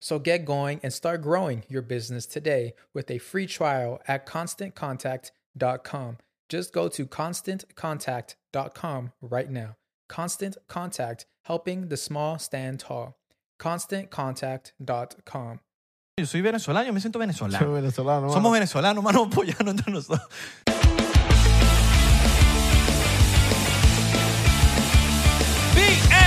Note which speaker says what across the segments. Speaker 1: So get going and start growing your business today with a free trial at constantcontact.com. Just go to constantcontact.com right now. Constant Contact, helping the small stand tall. ConstantContact.com.
Speaker 2: Yo soy venezolano, yo me siento venezolano.
Speaker 3: Soy venezolano. mano.
Speaker 2: Somos venezolanos, mano, apoyando entre nosotros.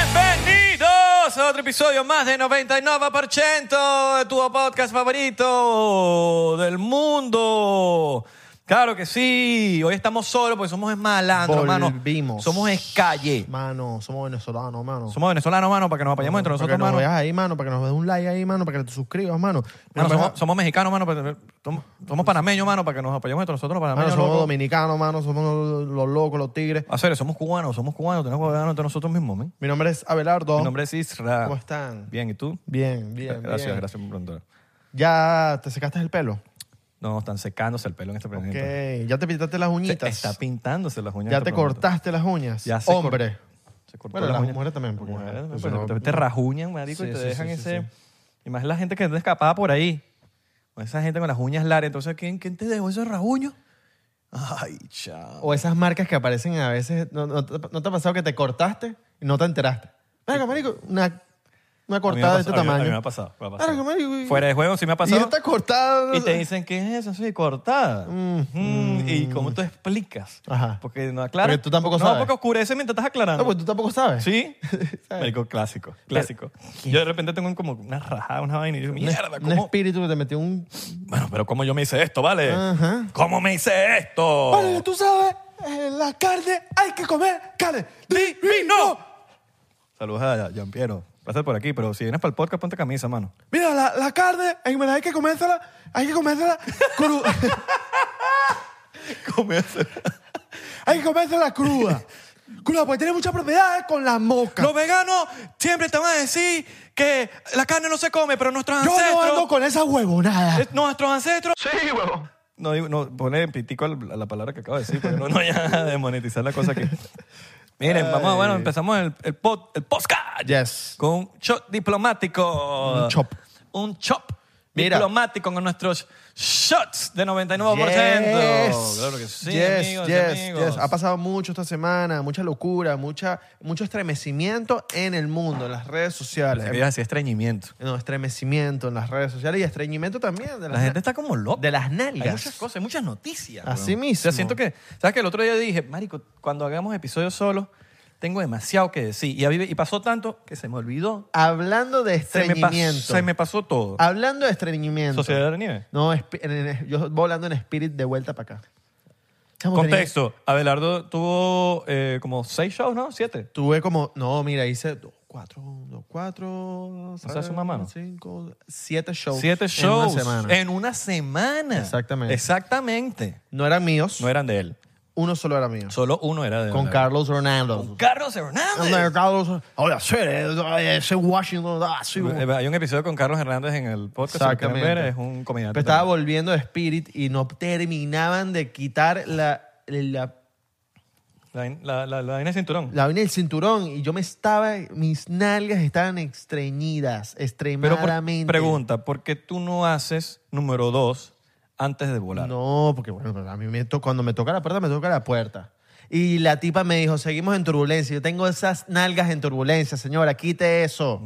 Speaker 2: Bienvenidos a otro episodio más de 99% de tu podcast favorito del mundo. Claro que sí. Hoy estamos solos porque somos malandros, mano.
Speaker 3: Volvimos.
Speaker 2: Somos es calle.
Speaker 3: Mano, somos venezolanos, mano.
Speaker 2: Somos venezolanos, mano, para que nos apoyemos entre
Speaker 3: Para
Speaker 2: nosotros,
Speaker 3: que nos
Speaker 2: mano.
Speaker 3: veas ahí, mano, para que nos des un like ahí, mano, para que te suscribas, mano.
Speaker 2: Mano,
Speaker 3: Mira,
Speaker 2: somos,
Speaker 3: mano,
Speaker 2: somos mexicanos, mano, pero somos, somos panameños, mano, para que nos apoyemos entre nosotros, los
Speaker 3: mano,
Speaker 2: panameños.
Speaker 3: somos
Speaker 2: locos.
Speaker 3: dominicanos, mano, somos los locos, los tigres.
Speaker 2: Hacer, somos cubanos, somos cubanos, tenemos que apoyarnos entre nosotros mismos, men.
Speaker 3: Mi nombre es Abelardo.
Speaker 2: Mi nombre es Isra.
Speaker 3: Oh. ¿Cómo están?
Speaker 2: Bien, ¿y tú?
Speaker 3: Bien, bien,
Speaker 2: gracias,
Speaker 3: bien.
Speaker 2: gracias por preguntar.
Speaker 3: ¿Ya te secaste el pelo?
Speaker 2: No, están secándose el pelo en este
Speaker 3: Ok.
Speaker 2: planeta.
Speaker 3: ¿Ya te pintaste las
Speaker 2: Se-
Speaker 3: uñitas?
Speaker 2: Está pintándose las uñas.
Speaker 3: ¿Ya
Speaker 2: este
Speaker 3: te
Speaker 2: planeta.
Speaker 3: cortaste las uñas?
Speaker 2: Ya se cor-
Speaker 3: Hombre.
Speaker 2: Se cortó
Speaker 3: Bueno, las
Speaker 2: uñas.
Speaker 3: mujeres también, porque-
Speaker 2: Mujeres,
Speaker 3: pues,
Speaker 2: pero
Speaker 3: no-
Speaker 2: te, te rajuñan, marico,
Speaker 3: Sí,
Speaker 2: y te
Speaker 3: sí,
Speaker 2: dejan
Speaker 3: sí, sí,
Speaker 2: ese...
Speaker 3: sí.
Speaker 2: Y más la gente que está escapada por ahí. Con esa gente con las uñas largas. Entonces, ¿quién, quién te dejó esos rajuños? Ay, chao.
Speaker 3: O esas marcas que aparecen a veces. ¿No, no te, no te ha pasado que te cortaste y no te enteraste? Venga, marico, una, una cortada de este
Speaker 2: A mí
Speaker 3: tamaño.
Speaker 2: me ha pasado. me ha
Speaker 3: Claro,
Speaker 2: pasado.
Speaker 3: marico, y-
Speaker 2: Fuera de juego, sí me ha pasado.
Speaker 3: Y esta cortada.
Speaker 2: Y te dicen, ¿qué es eso? Soy cortada. Ujú. ¿Y cómo tú explicas?
Speaker 3: Ajá.
Speaker 2: Porque no aclaras.
Speaker 3: Porque tú tampoco
Speaker 2: no,
Speaker 3: sabes.
Speaker 2: porque oscurece mientras estás
Speaker 3: No,
Speaker 2: aclarando.
Speaker 3: pues tú tampoco sabes.
Speaker 2: ¿Sí? Marico, clásico, clásico. yo de repente tengo como una rajada, una vaina y digo,
Speaker 3: Un,
Speaker 2: mierda,
Speaker 3: un
Speaker 2: ¿cómo?
Speaker 3: espíritu que te metió un.
Speaker 2: Bueno, pero ¿cómo yo me hice esto, vale?
Speaker 3: Ajá.
Speaker 2: ¿Cómo me hice esto?
Speaker 3: tú sabes, eh, la carne hay que comer carne.
Speaker 2: ¡Divino! Saludos a Jean Piero. Pásate por aquí, pero si vienes para el podcast, ponte camisa, mano.
Speaker 3: Mira, la, la carne, hay, hay que comérsela, hay que comérsela cruda. hay que comérsela cruda. Cruda, porque tiene muchas propiedades con la mosca.
Speaker 2: Los veganos siempre te van a decir que la carne no se come, pero nuestros
Speaker 3: Yo
Speaker 2: ancestros...
Speaker 3: no ando con esa huevonada.
Speaker 2: Eh, Nuestros ancestros. Sí, No, digo- no, ponle pitico al- a la palabra que acabo de decir, porque no, no ya de monetizar la cosa aquí. Miren, vamos, bueno, empezamos el, el, pod- el podcast
Speaker 3: Yes.
Speaker 2: con un shot diplomático.
Speaker 3: Un chop.
Speaker 2: Un chop
Speaker 3: Mira.
Speaker 2: diplomático con nuestros shots de 99%.
Speaker 3: Yes.
Speaker 2: Claro que sí,
Speaker 3: Yes,
Speaker 2: amigos, y
Speaker 3: yes,
Speaker 2: amigos.
Speaker 3: yes. Ha pasado mucho esta semana, mucha locura, mucha, mucho estremecimiento en el mundo, en las redes sociales.
Speaker 2: Debido a ese estreñimiento.
Speaker 3: No, estremecimiento en las redes sociales y estreñimiento también de las,
Speaker 2: La gente está como loca.
Speaker 3: de las nalgas.
Speaker 2: Hay muchas cosas, hay muchas noticias.
Speaker 3: Así
Speaker 2: weón.
Speaker 3: mismo.
Speaker 2: O sea, siento que, ¿sabes que El otro día dije, Marico, cuando hagamos episodios solos, tengo demasiado que decir. Y, había- y pasó tanto que se me olvidó.
Speaker 3: Hablando de
Speaker 2: Se me,
Speaker 3: estreñimiento. Ah,
Speaker 2: pasó, se me pasó todo.
Speaker 3: Hablando de estreñimiento.
Speaker 2: Sociedad de la Nieve.
Speaker 3: No, espi- en- en- yo voy hablando en Spirit de vuelta para acá. Chamo,
Speaker 2: Contexto, Abelardo tuvo eh, como seis shows, ¿no? Siete.
Speaker 3: tenía- Tuve como, no, mira, hice dos, cuatro, dos, cuatro,
Speaker 2: sea, es una mano.
Speaker 3: cinco, siete shows.
Speaker 2: Siete shows
Speaker 3: En una semana.
Speaker 2: En una semana.
Speaker 3: Exactamente.
Speaker 2: Exactamente.
Speaker 3: No eran míos,
Speaker 2: No eran de él.
Speaker 3: uno solo era mío.
Speaker 2: Solo uno era de
Speaker 3: con
Speaker 2: Abelardo.
Speaker 3: Carlos Ronaldo.
Speaker 2: Con Carlos Hernández.
Speaker 3: Anda, Carlos, ahora sí, eh, soy Washington, ah, sí,
Speaker 2: Eh, Hay un episodio con Carlos Hernández en el podcast. si lo quieren
Speaker 3: Exactamente.
Speaker 2: ver, es un comediante.
Speaker 3: Pero estaba
Speaker 2: también.
Speaker 3: volviendo de Spirit y no terminaban de quitar la, la,
Speaker 2: La, la, la, la vaina de cinturón.
Speaker 3: la vaina del cinturón y yo me estaba, mis nalgas estaban estreñidas,
Speaker 2: Pero por-
Speaker 3: extremadamente.
Speaker 2: pregunta, ¿por qué tú no haces número dos antes de volar?
Speaker 3: No, porque bueno, a mí me to- cuando me toca la puerta, me toca la puerta. Y la tipa me dijo, seguimos en turbulencia. Yo tengo esas nalgas en turbulencia, señora, quite eso.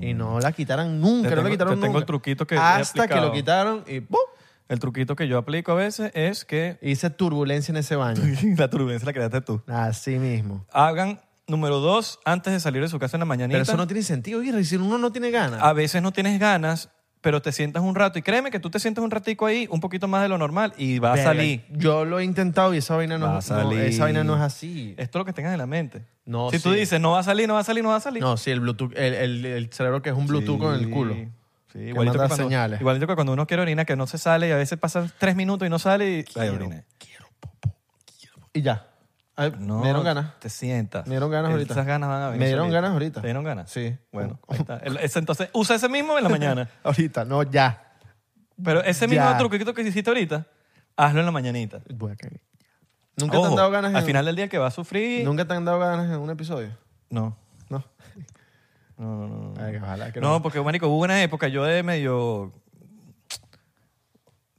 Speaker 3: Y no la quitaran nunca,
Speaker 2: Mm. Te
Speaker 3: no la
Speaker 2: tengo-
Speaker 3: quitaron
Speaker 2: te tengo
Speaker 3: nunca.
Speaker 2: el truquito que he
Speaker 3: Hasta que lo
Speaker 2: aplicado.
Speaker 3: quitaron y ¡pum!
Speaker 2: El truquito que yo aplico a veces es que
Speaker 3: Hice turbulencia en ese baño.
Speaker 2: la turbulencia la creaste tú.
Speaker 3: Así mismo.
Speaker 2: Hagan número dos antes de salir de su casa en la mañanita.
Speaker 3: Pero eso no tiene sentido, y si uno no tiene ganas.
Speaker 2: A veces no tienes ganas, pero te sientas un rato. Y créeme que tú te sientas un ratico ahí, un poquito más de lo normal, y va a
Speaker 3: Verga,
Speaker 2: salir.
Speaker 3: Yo lo he intentado y esa vaina no,
Speaker 2: Va a
Speaker 3: no,
Speaker 2: salir.
Speaker 3: esa vaina no es así.
Speaker 2: Esto es lo que tengas en la mente.
Speaker 3: No,
Speaker 2: si tú
Speaker 3: sí.
Speaker 2: dices, no va a salir, no va a salir, no va a salir.
Speaker 3: No, sí, el Bluetooth, el, el- el cerebro que es un Bluetooth
Speaker 2: Sí.
Speaker 3: con el culo.
Speaker 2: Sí, igualito que,
Speaker 3: manda
Speaker 2: cuando,
Speaker 3: señales.
Speaker 2: igualito que cuando uno quiere orina que no se sale y a veces pasan tres minutos y no sale y... Ay, oriné.
Speaker 3: Y ya. Ay,
Speaker 2: No,
Speaker 3: me dieron ganas.
Speaker 2: Te sientas.
Speaker 3: Me dieron ganas ahorita.
Speaker 2: Esas ganas van a venir.
Speaker 3: Me dieron
Speaker 2: solitas.
Speaker 3: ganas ahorita.
Speaker 2: ¿Te dieron ganas?
Speaker 3: Sí.
Speaker 2: Bueno, ahí está. El- ese, entonces, usa ese mismo en la mañana.
Speaker 3: Ahorita, no, ya.
Speaker 2: Pero ese mismo
Speaker 3: Ya.
Speaker 2: truquito que hiciste ahorita, hazlo en la mañanita.
Speaker 3: Voy a caer. Nunca te
Speaker 2: Ojo,
Speaker 3: han dado ganas
Speaker 2: Al
Speaker 3: en-
Speaker 2: final del día que va a sufrir.
Speaker 3: Nunca te han dado ganas en un episodio.
Speaker 2: No.
Speaker 3: No.
Speaker 2: No, no, no. no.
Speaker 3: Ay, ojalá que
Speaker 2: no,
Speaker 3: no.
Speaker 2: porque, marico, hubo una época yo de medio.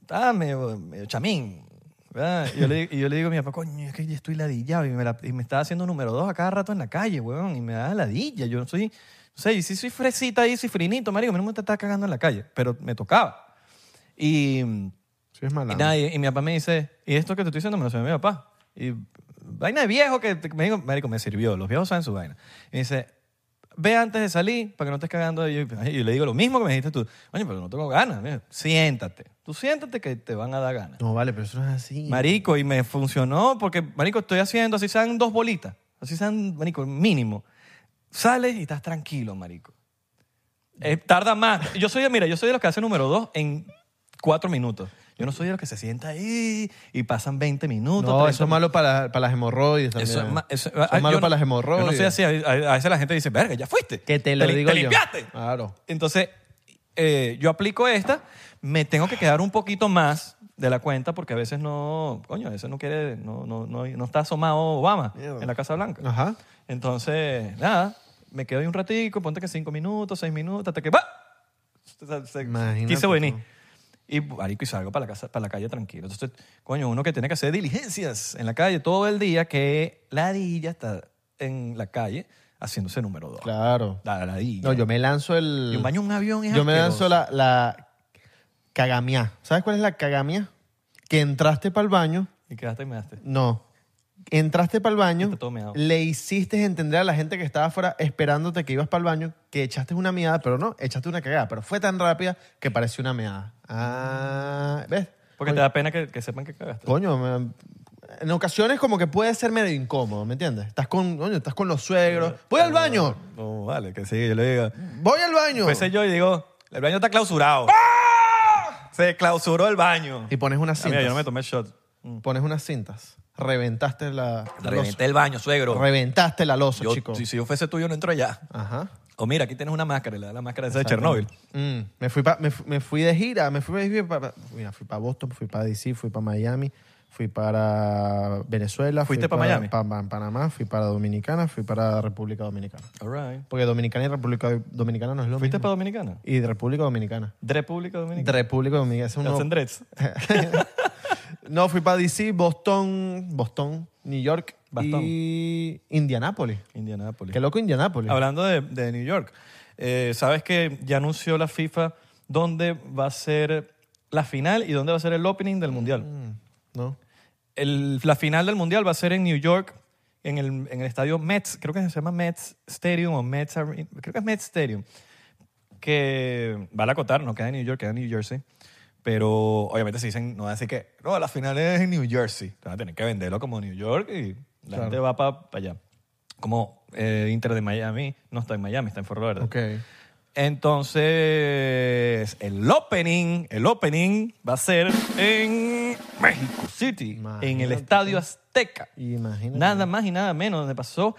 Speaker 2: Estaba medio, medio chamín. ¿verdad? Y yo, le, y yo le digo a mi papá, coño, es que ya estoy ladillado. Y me, la- y me estaba haciendo número dos a cada rato en la calle, weón. Y me da ladilla. Yo no soy. No sé, y sí soy fresita y soy frinito, marico. A mí no me estaba cagando en la calle, pero me tocaba. Y.
Speaker 3: Sí, es
Speaker 2: Y,
Speaker 3: mala.
Speaker 2: nada, y, y mi papá me dice, y esto que te estoy diciendo me lo enseñó mi papá. Y vaina de viejo que te- me digo, marico, me sirvió. Los viejos saben su vaina. Y me dice, ve antes de salir para que no estés cagando. Y yo, y yo le digo lo mismo que me dijiste tú. Oye, pero no tengo ganas. mira, siéntate. Tú siéntate que te van a dar ganas.
Speaker 3: No, vale, pero eso no es así.
Speaker 2: Marico, y me funcionó porque, marico, estoy haciendo, así sean dos bolitas, así sean, marico, mínimo. Sales y estás tranquilo, marico. Eh, tarda más. Yo soy, de- mira, yo soy de los que hace número dos en cuatro minutos. Yo no soy de los que se sienta ahí y pasan 20 minutos.
Speaker 3: no,
Speaker 2: 30
Speaker 3: eso es malo para, para las hemorroides también.
Speaker 2: Eso es, ma- eso-
Speaker 3: Eso es
Speaker 2: ah,
Speaker 3: malo
Speaker 2: yo
Speaker 3: para
Speaker 2: no-
Speaker 3: las hemorroides.
Speaker 2: Yo no sé así, a, a veces la gente dice, verga, ya fuiste.
Speaker 3: Que te lo
Speaker 2: li-
Speaker 3: digo
Speaker 2: te
Speaker 3: yo.
Speaker 2: limpiaste.
Speaker 3: Claro.
Speaker 2: Entonces, eh, yo aplico esta, me tengo que quedar un poquito más de la cuenta porque a veces no, coño, a veces no quiere, no, no, no, no está asomado Obama
Speaker 3: Mierda.
Speaker 2: en la Casa Blanca.
Speaker 3: Ajá.
Speaker 2: Entonces, nada, me quedo ahí un ratico, ponte que cinco minutos, seis minutos, hasta que ¡bah! Se- se- se-
Speaker 3: Imagínate
Speaker 2: Quise venir.
Speaker 3: tú.
Speaker 2: Y, marico, y salgo para la, casa, para la calle tranquilo. Entonces, coño, uno que tiene que hacer diligencias en la calle todo el día, que la dilla está en la calle haciéndose número dos.
Speaker 3: Claro.
Speaker 2: La ladilla.
Speaker 3: No, yo me lanzo el.
Speaker 2: Y un baño en un avión es
Speaker 3: Yo me
Speaker 2: asqueroso.
Speaker 3: lanzo la, la cagamia. ¿Sabes cuál es la cagamia? Que entraste para el baño.
Speaker 2: Y quedaste y me daste.
Speaker 3: No. Entraste para el baño,
Speaker 2: Está todo meado.
Speaker 3: le hiciste entender a la gente que estaba afuera esperándote que ibas para el baño, que echaste una meada, pero no, echaste una cagada, pero fue tan rápida que pareció una meada. Ah, ¿ves?
Speaker 2: Porque te da pena que, que sepan que cagaste.
Speaker 3: Coño, me- en ocasiones como que puede ser medio incómodo, ¿me entiendes? Estás con, coño, estás con los suegros. Voy al baño,
Speaker 2: No, vale, que sí, yo le digo.
Speaker 3: voy al baño.
Speaker 2: Empecé Pues yo y digo, el baño está clausurado. Se clausuró el baño.
Speaker 3: Y pones unas
Speaker 2: Ah, mira, yo no me
Speaker 3: cintas.
Speaker 2: tomé shot.
Speaker 3: Pones unas cintas. Reventaste la...
Speaker 2: Reventé el baño, suegro.
Speaker 3: Reventaste la losa,
Speaker 2: Yo-
Speaker 3: chico.
Speaker 2: Si, si yo fuese tuyo, no entro allá.
Speaker 3: Ajá.
Speaker 2: O mira, aquí tienes una máscara, y le da la máscara esa de Chernóbil.
Speaker 3: Mm, me, fui pa- me, fu- me fui de gira, me fui, me fui para Boston, fui para DC, fui para Miami, fui para Venezuela.
Speaker 2: ¿Fuiste
Speaker 3: fui
Speaker 2: pa' Miami?
Speaker 3: pa- pa- Panamá, fui para Dominicana, fui para República Dominicana.
Speaker 2: All right.
Speaker 3: Porque Dominicana y República Dominicana no es lo
Speaker 2: ¿Fuiste
Speaker 3: mismo.
Speaker 2: para Dominicana?
Speaker 3: Y de República Dominicana.
Speaker 2: ¿De República Dominicana?
Speaker 3: República Dominicana. ese es uno-
Speaker 2: Hacen dreads.
Speaker 3: no, fui para DC, Boston, Boston, New York
Speaker 2: Bastón.
Speaker 3: y Indianápolis.
Speaker 2: Indianápolis.
Speaker 3: Qué loco Indianápolis.
Speaker 2: Hablando de, de New York, eh, sabes que ya anunció la FIFA dónde va a ser la final y dónde va a ser el opening del mundial.
Speaker 3: ¿No?
Speaker 2: El- la final del mundial va a ser en New York, en el, en el estadio Mets, creo que se llama Mets Stadium o Mets Arena, creo que es Mets Stadium, que vale acotar, no queda en New York, queda en New Jersey. Pero obviamente si dicen, no van a decir que, no, la final es en New Jersey. Van a tener que venderlo como New York y la
Speaker 3: Claro.
Speaker 2: gente va para allá. Como eh, Inter de Miami, no está en Miami, está en Fort Lauderdale.
Speaker 3: Ok.
Speaker 2: Entonces, el opening, el opening va a ser en México City, en el
Speaker 3: Imagínate.
Speaker 2: Estadio Azteca.
Speaker 3: Imagínate.
Speaker 2: Nada más y nada menos, donde pasó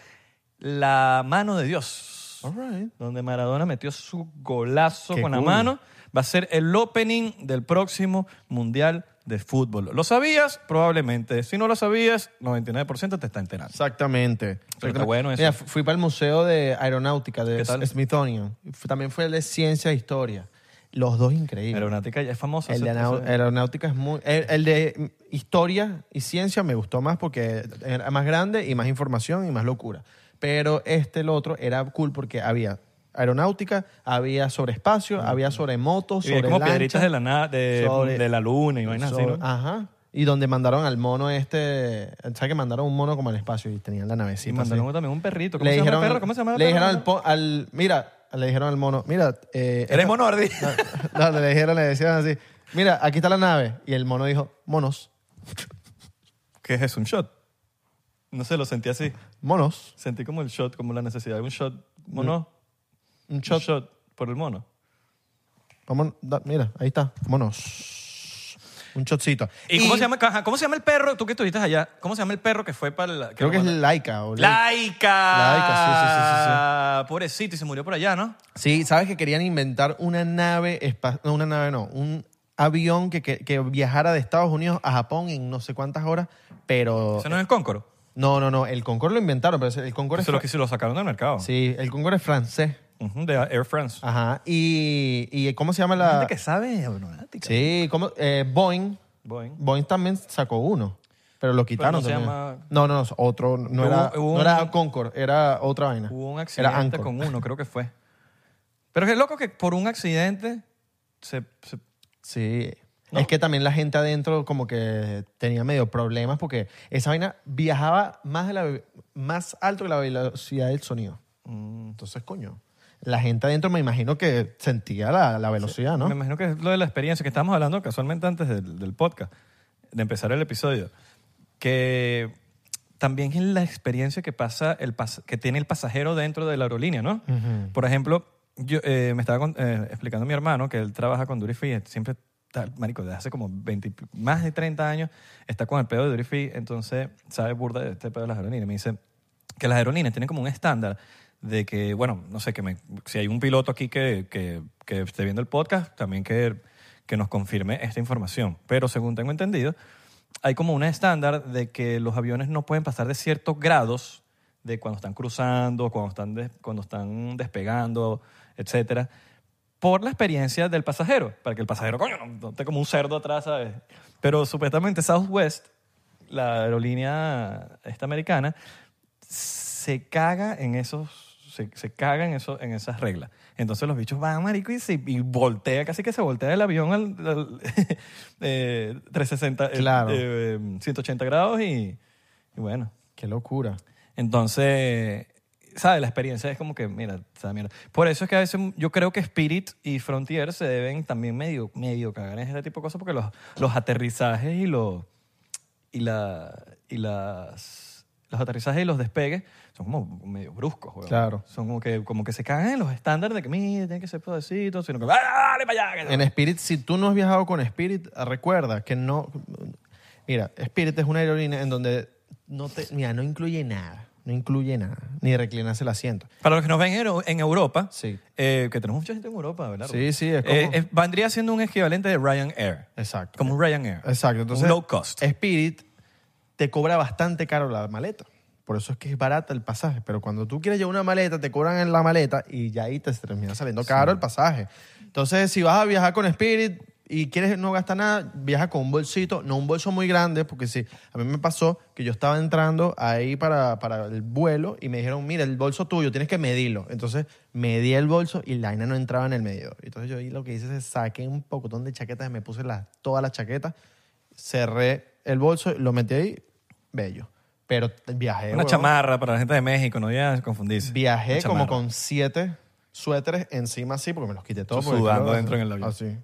Speaker 2: la mano de Dios.
Speaker 3: All right.
Speaker 2: Donde Maradona metió su golazo
Speaker 3: Qué
Speaker 2: con la
Speaker 3: cool.
Speaker 2: mano. Va a ser el opening del próximo Mundial de Fútbol. ¿Lo sabías? Probablemente. Si no lo sabías, 99% te está enterando.
Speaker 3: Exactamente.
Speaker 2: Pero
Speaker 3: Exactamente.
Speaker 2: está bueno eso.
Speaker 3: Mira, fu- fui para el Museo de Aeronáutica
Speaker 2: ¿Qué
Speaker 3: de
Speaker 2: tal?
Speaker 3: Smithsonian. Fu- También fue el de Ciencia e Historia. Los dos increíbles.
Speaker 2: Aeronáutica ya es famosa.
Speaker 3: el de
Speaker 2: ese-
Speaker 3: anau-
Speaker 2: ese-
Speaker 3: aeronáutica es muy... El, el de historia y ciencia me gustó más porque era más grande y más información y más locura. Pero este, el otro, era cool porque había aeronáutica, había sobre espacio, había sobre motos,
Speaker 2: Y
Speaker 3: sobre
Speaker 2: como
Speaker 3: lanchas,
Speaker 2: piedritas de la, na- de,
Speaker 3: sobre-
Speaker 2: de la luna y vainas así,
Speaker 3: sobre-
Speaker 2: ¿no?
Speaker 3: Ajá. Y donde mandaron al mono este... ¿Sabes que mandaron un mono como al espacio y tenían la navecita?
Speaker 2: Y
Speaker 3: así?
Speaker 2: mandaron también un perrito. ¿Cómo
Speaker 3: le
Speaker 2: se llama
Speaker 3: dijeron,
Speaker 2: el perro? ¿Cómo se llama el
Speaker 3: le
Speaker 2: perro?
Speaker 3: dijeron al, po- al- mira, le dijeron al mono, mira, eh,
Speaker 2: Eres monordi.
Speaker 3: no, le dijeron, le decían así, mira, aquí está la nave. Y el mono dijo, monos,
Speaker 2: ¿Qué es eso? ¿Un shot? No sé, lo sentí así.
Speaker 3: monos,
Speaker 2: Sentí como el shot, como la necesidad de un shot. Mono.
Speaker 3: un
Speaker 2: Un shot.
Speaker 3: shot.
Speaker 2: por el mono.
Speaker 3: Vamos, da- mira, ahí está, monos, un shotcito.
Speaker 2: ¿Y, cómo se llama? ajá, ¿Cómo se llama el perro? Tú que estuviste allá. ¿Cómo se llama el perro que fue para la...
Speaker 3: Creo que es
Speaker 2: la...
Speaker 3: Laika. o Laika.
Speaker 2: Laica.
Speaker 3: Laica, sí, sí, sí, sí, sí.
Speaker 2: Pobrecito, y se murió por allá, ¿no?
Speaker 3: Sí, sabes que querían inventar una nave, espa- no, una nave no, un avión que, que- que viajara de Estados Unidos a Japón en no sé cuántas horas, pero...
Speaker 2: Ese no es el cóncoro.
Speaker 3: No, no, no, el Concorde lo inventaron, pero ese- el Concorde es
Speaker 2: Eso es lo que se lo sacaron del mercado.
Speaker 3: Sí, Ah. el Concorde es francés.
Speaker 2: Ujú, de Air France.
Speaker 3: Ajá. Y, y ¿cómo se llama
Speaker 2: Hay
Speaker 3: la...?
Speaker 2: gente que sabe aeronáutica.
Speaker 3: Sí, ¿cómo? Eh, Boeing.
Speaker 2: Boeing.
Speaker 3: Boeing también sacó uno, pero lo quitaron
Speaker 2: no se
Speaker 3: también.
Speaker 2: llama-
Speaker 3: No, no, no, otro. No,
Speaker 2: Hubo-
Speaker 3: era,
Speaker 2: hubo
Speaker 3: no era
Speaker 2: un-
Speaker 3: Concorde, era otra vaina.
Speaker 2: Hubo un
Speaker 3: Era
Speaker 2: accidente
Speaker 3: Anchor.
Speaker 2: con uno, creo que fue. Pero es loco que por un accidente se... se-
Speaker 3: Sí. Es que también la gente adentro como que tenía medio problemas porque esa vaina viajaba más, de la, más alto que la velocidad del sonido.
Speaker 2: Mm.
Speaker 3: Entonces, coño, la gente adentro me imagino que sentía la, la velocidad, ¿no?
Speaker 2: Me imagino que es lo de la experiencia que estábamos hablando casualmente antes del, del podcast, de empezar el episodio, que también es la experiencia que pasa el pas- que tiene el pasajero dentro de la aerolínea, ¿no? Por ejemplo, yo eh, me estaba con- eh, explicando mi hermano que él trabaja con Duri Free, siempre está, marico, desde hace como 20 y pi- más de 30 años está con el pedo de Duri Free, entonces sabe burda de este pedo de las aerolíneas, me dice que las aerolíneas tienen como un estándar de que, bueno, no sé, que me- si hay un piloto aquí que, que- que esté viendo el podcast, también que, que nos confirme esta información. Pero según tengo entendido, hay como un estándar de que los aviones no pueden pasar de ciertos grados de cuando están cruzando, cuando están, des- cuando están despegando, etcétera, por la experiencia del pasajero, para que el pasajero, coño, no, no esté como un cerdo atrás, ¿sabes? Pero supuestamente Southwest, la aerolínea esta americana, se caga en esos se, se caga en, eso, en esas reglas. Entonces los bichos van, marico, y, se, y voltea, casi que se voltea el avión al, al- eh, 360, eh,
Speaker 3: Claro.
Speaker 2: eh, 180 grados y, y bueno.
Speaker 3: Qué locura.
Speaker 2: Entonces, ¿sabes? La experiencia es como que, mira, esa mierda. Por eso es que a veces yo creo que Spirit y Frontier se deben también medio, medio cagar en este tipo de cosas porque los, los aterrizajes y los. Y, la, y las. Los aterrizajes y los despegues son como medio bruscos, weón.
Speaker 3: Claro.
Speaker 2: Son como que, como que se cagan en los estándares de que, mira, tiene que ser podecito, sino que, ¡Ah, dale para allá! que no".
Speaker 3: En Spirit, si tú no has viajado con Spirit, recuerda que no. Mira, Spirit es una aerolínea en donde no te, mira, no incluye nada. No incluye nada, ni reclinarse el asiento.
Speaker 2: Para los que nos ven en, en Europa,
Speaker 3: Sí.
Speaker 2: eh, que tenemos mucha gente en Europa, ¿verdad?
Speaker 3: Sí, sí, es como-
Speaker 2: Eh, es- vendría siendo un equivalente de Ryanair.
Speaker 3: Exacto.
Speaker 2: Como un Ryanair.
Speaker 3: Exacto. Entonces,
Speaker 2: un low cost.
Speaker 3: Spirit te cobra bastante caro la maleta. Por eso es que es barata el pasaje. Pero cuando tú quieres llevar una maleta, te cobran en la maleta y ya ahí te termina saliendo caro el pasaje. Entonces, si vas a viajar con Spirit y quieres no gastar nada, viaja con un bolsito, no un bolso muy grande, porque sí, a mí me pasó que yo estaba entrando ahí para, para el vuelo y me dijeron, mira, el bolso tuyo, tienes que medirlo. Entonces, medí el bolso y la vaina no entraba en el medidor. Entonces, yo ahí lo que hice es saqué un pocotón de chaquetas, me puse las, todas las chaquetas cerré el bolso, lo metí ahí, bello. Pero t- viajé.
Speaker 2: Una
Speaker 3: huevón.
Speaker 2: chamarra para la gente de México, no ya se confundirse.
Speaker 3: Viajé
Speaker 2: Una
Speaker 3: como
Speaker 2: chamarra.
Speaker 3: con siete suéteres encima así, porque me los quité todos.
Speaker 2: Tú
Speaker 3: porque
Speaker 2: sudando
Speaker 3: quiero-
Speaker 2: dentro en el avión.
Speaker 3: Así.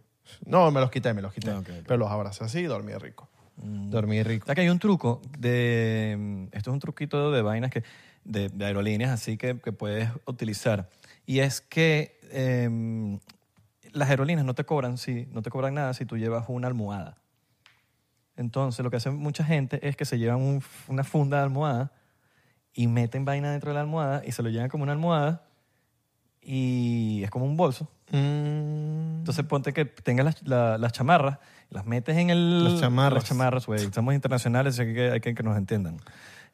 Speaker 3: No, me los quité, me los quité.
Speaker 2: Ah, ok, Mm. ok.
Speaker 3: Pero los abracé así y dormí rico. Dormí rico.
Speaker 2: ¿Sabes que hay un truco de. mm, Esto es un truquito de vainas que. de, de aerolíneas así que, que puedes utilizar. Y es que em, las aerolíneas no te cobran si, no te cobran nada si tú llevas una almohada. Entonces, lo que hace mucha gente es que se llevan un- una funda de almohada y meten vaina dentro de la almohada y se lo llevan como una almohada y es como un bolso.
Speaker 3: Mm.
Speaker 2: Entonces ponte que tengas las, la- las chamarras, las metes en el...
Speaker 3: Las chamarras.
Speaker 2: Las chamarras, güey. Estamos internacionales, así que hay que, que nos entiendan.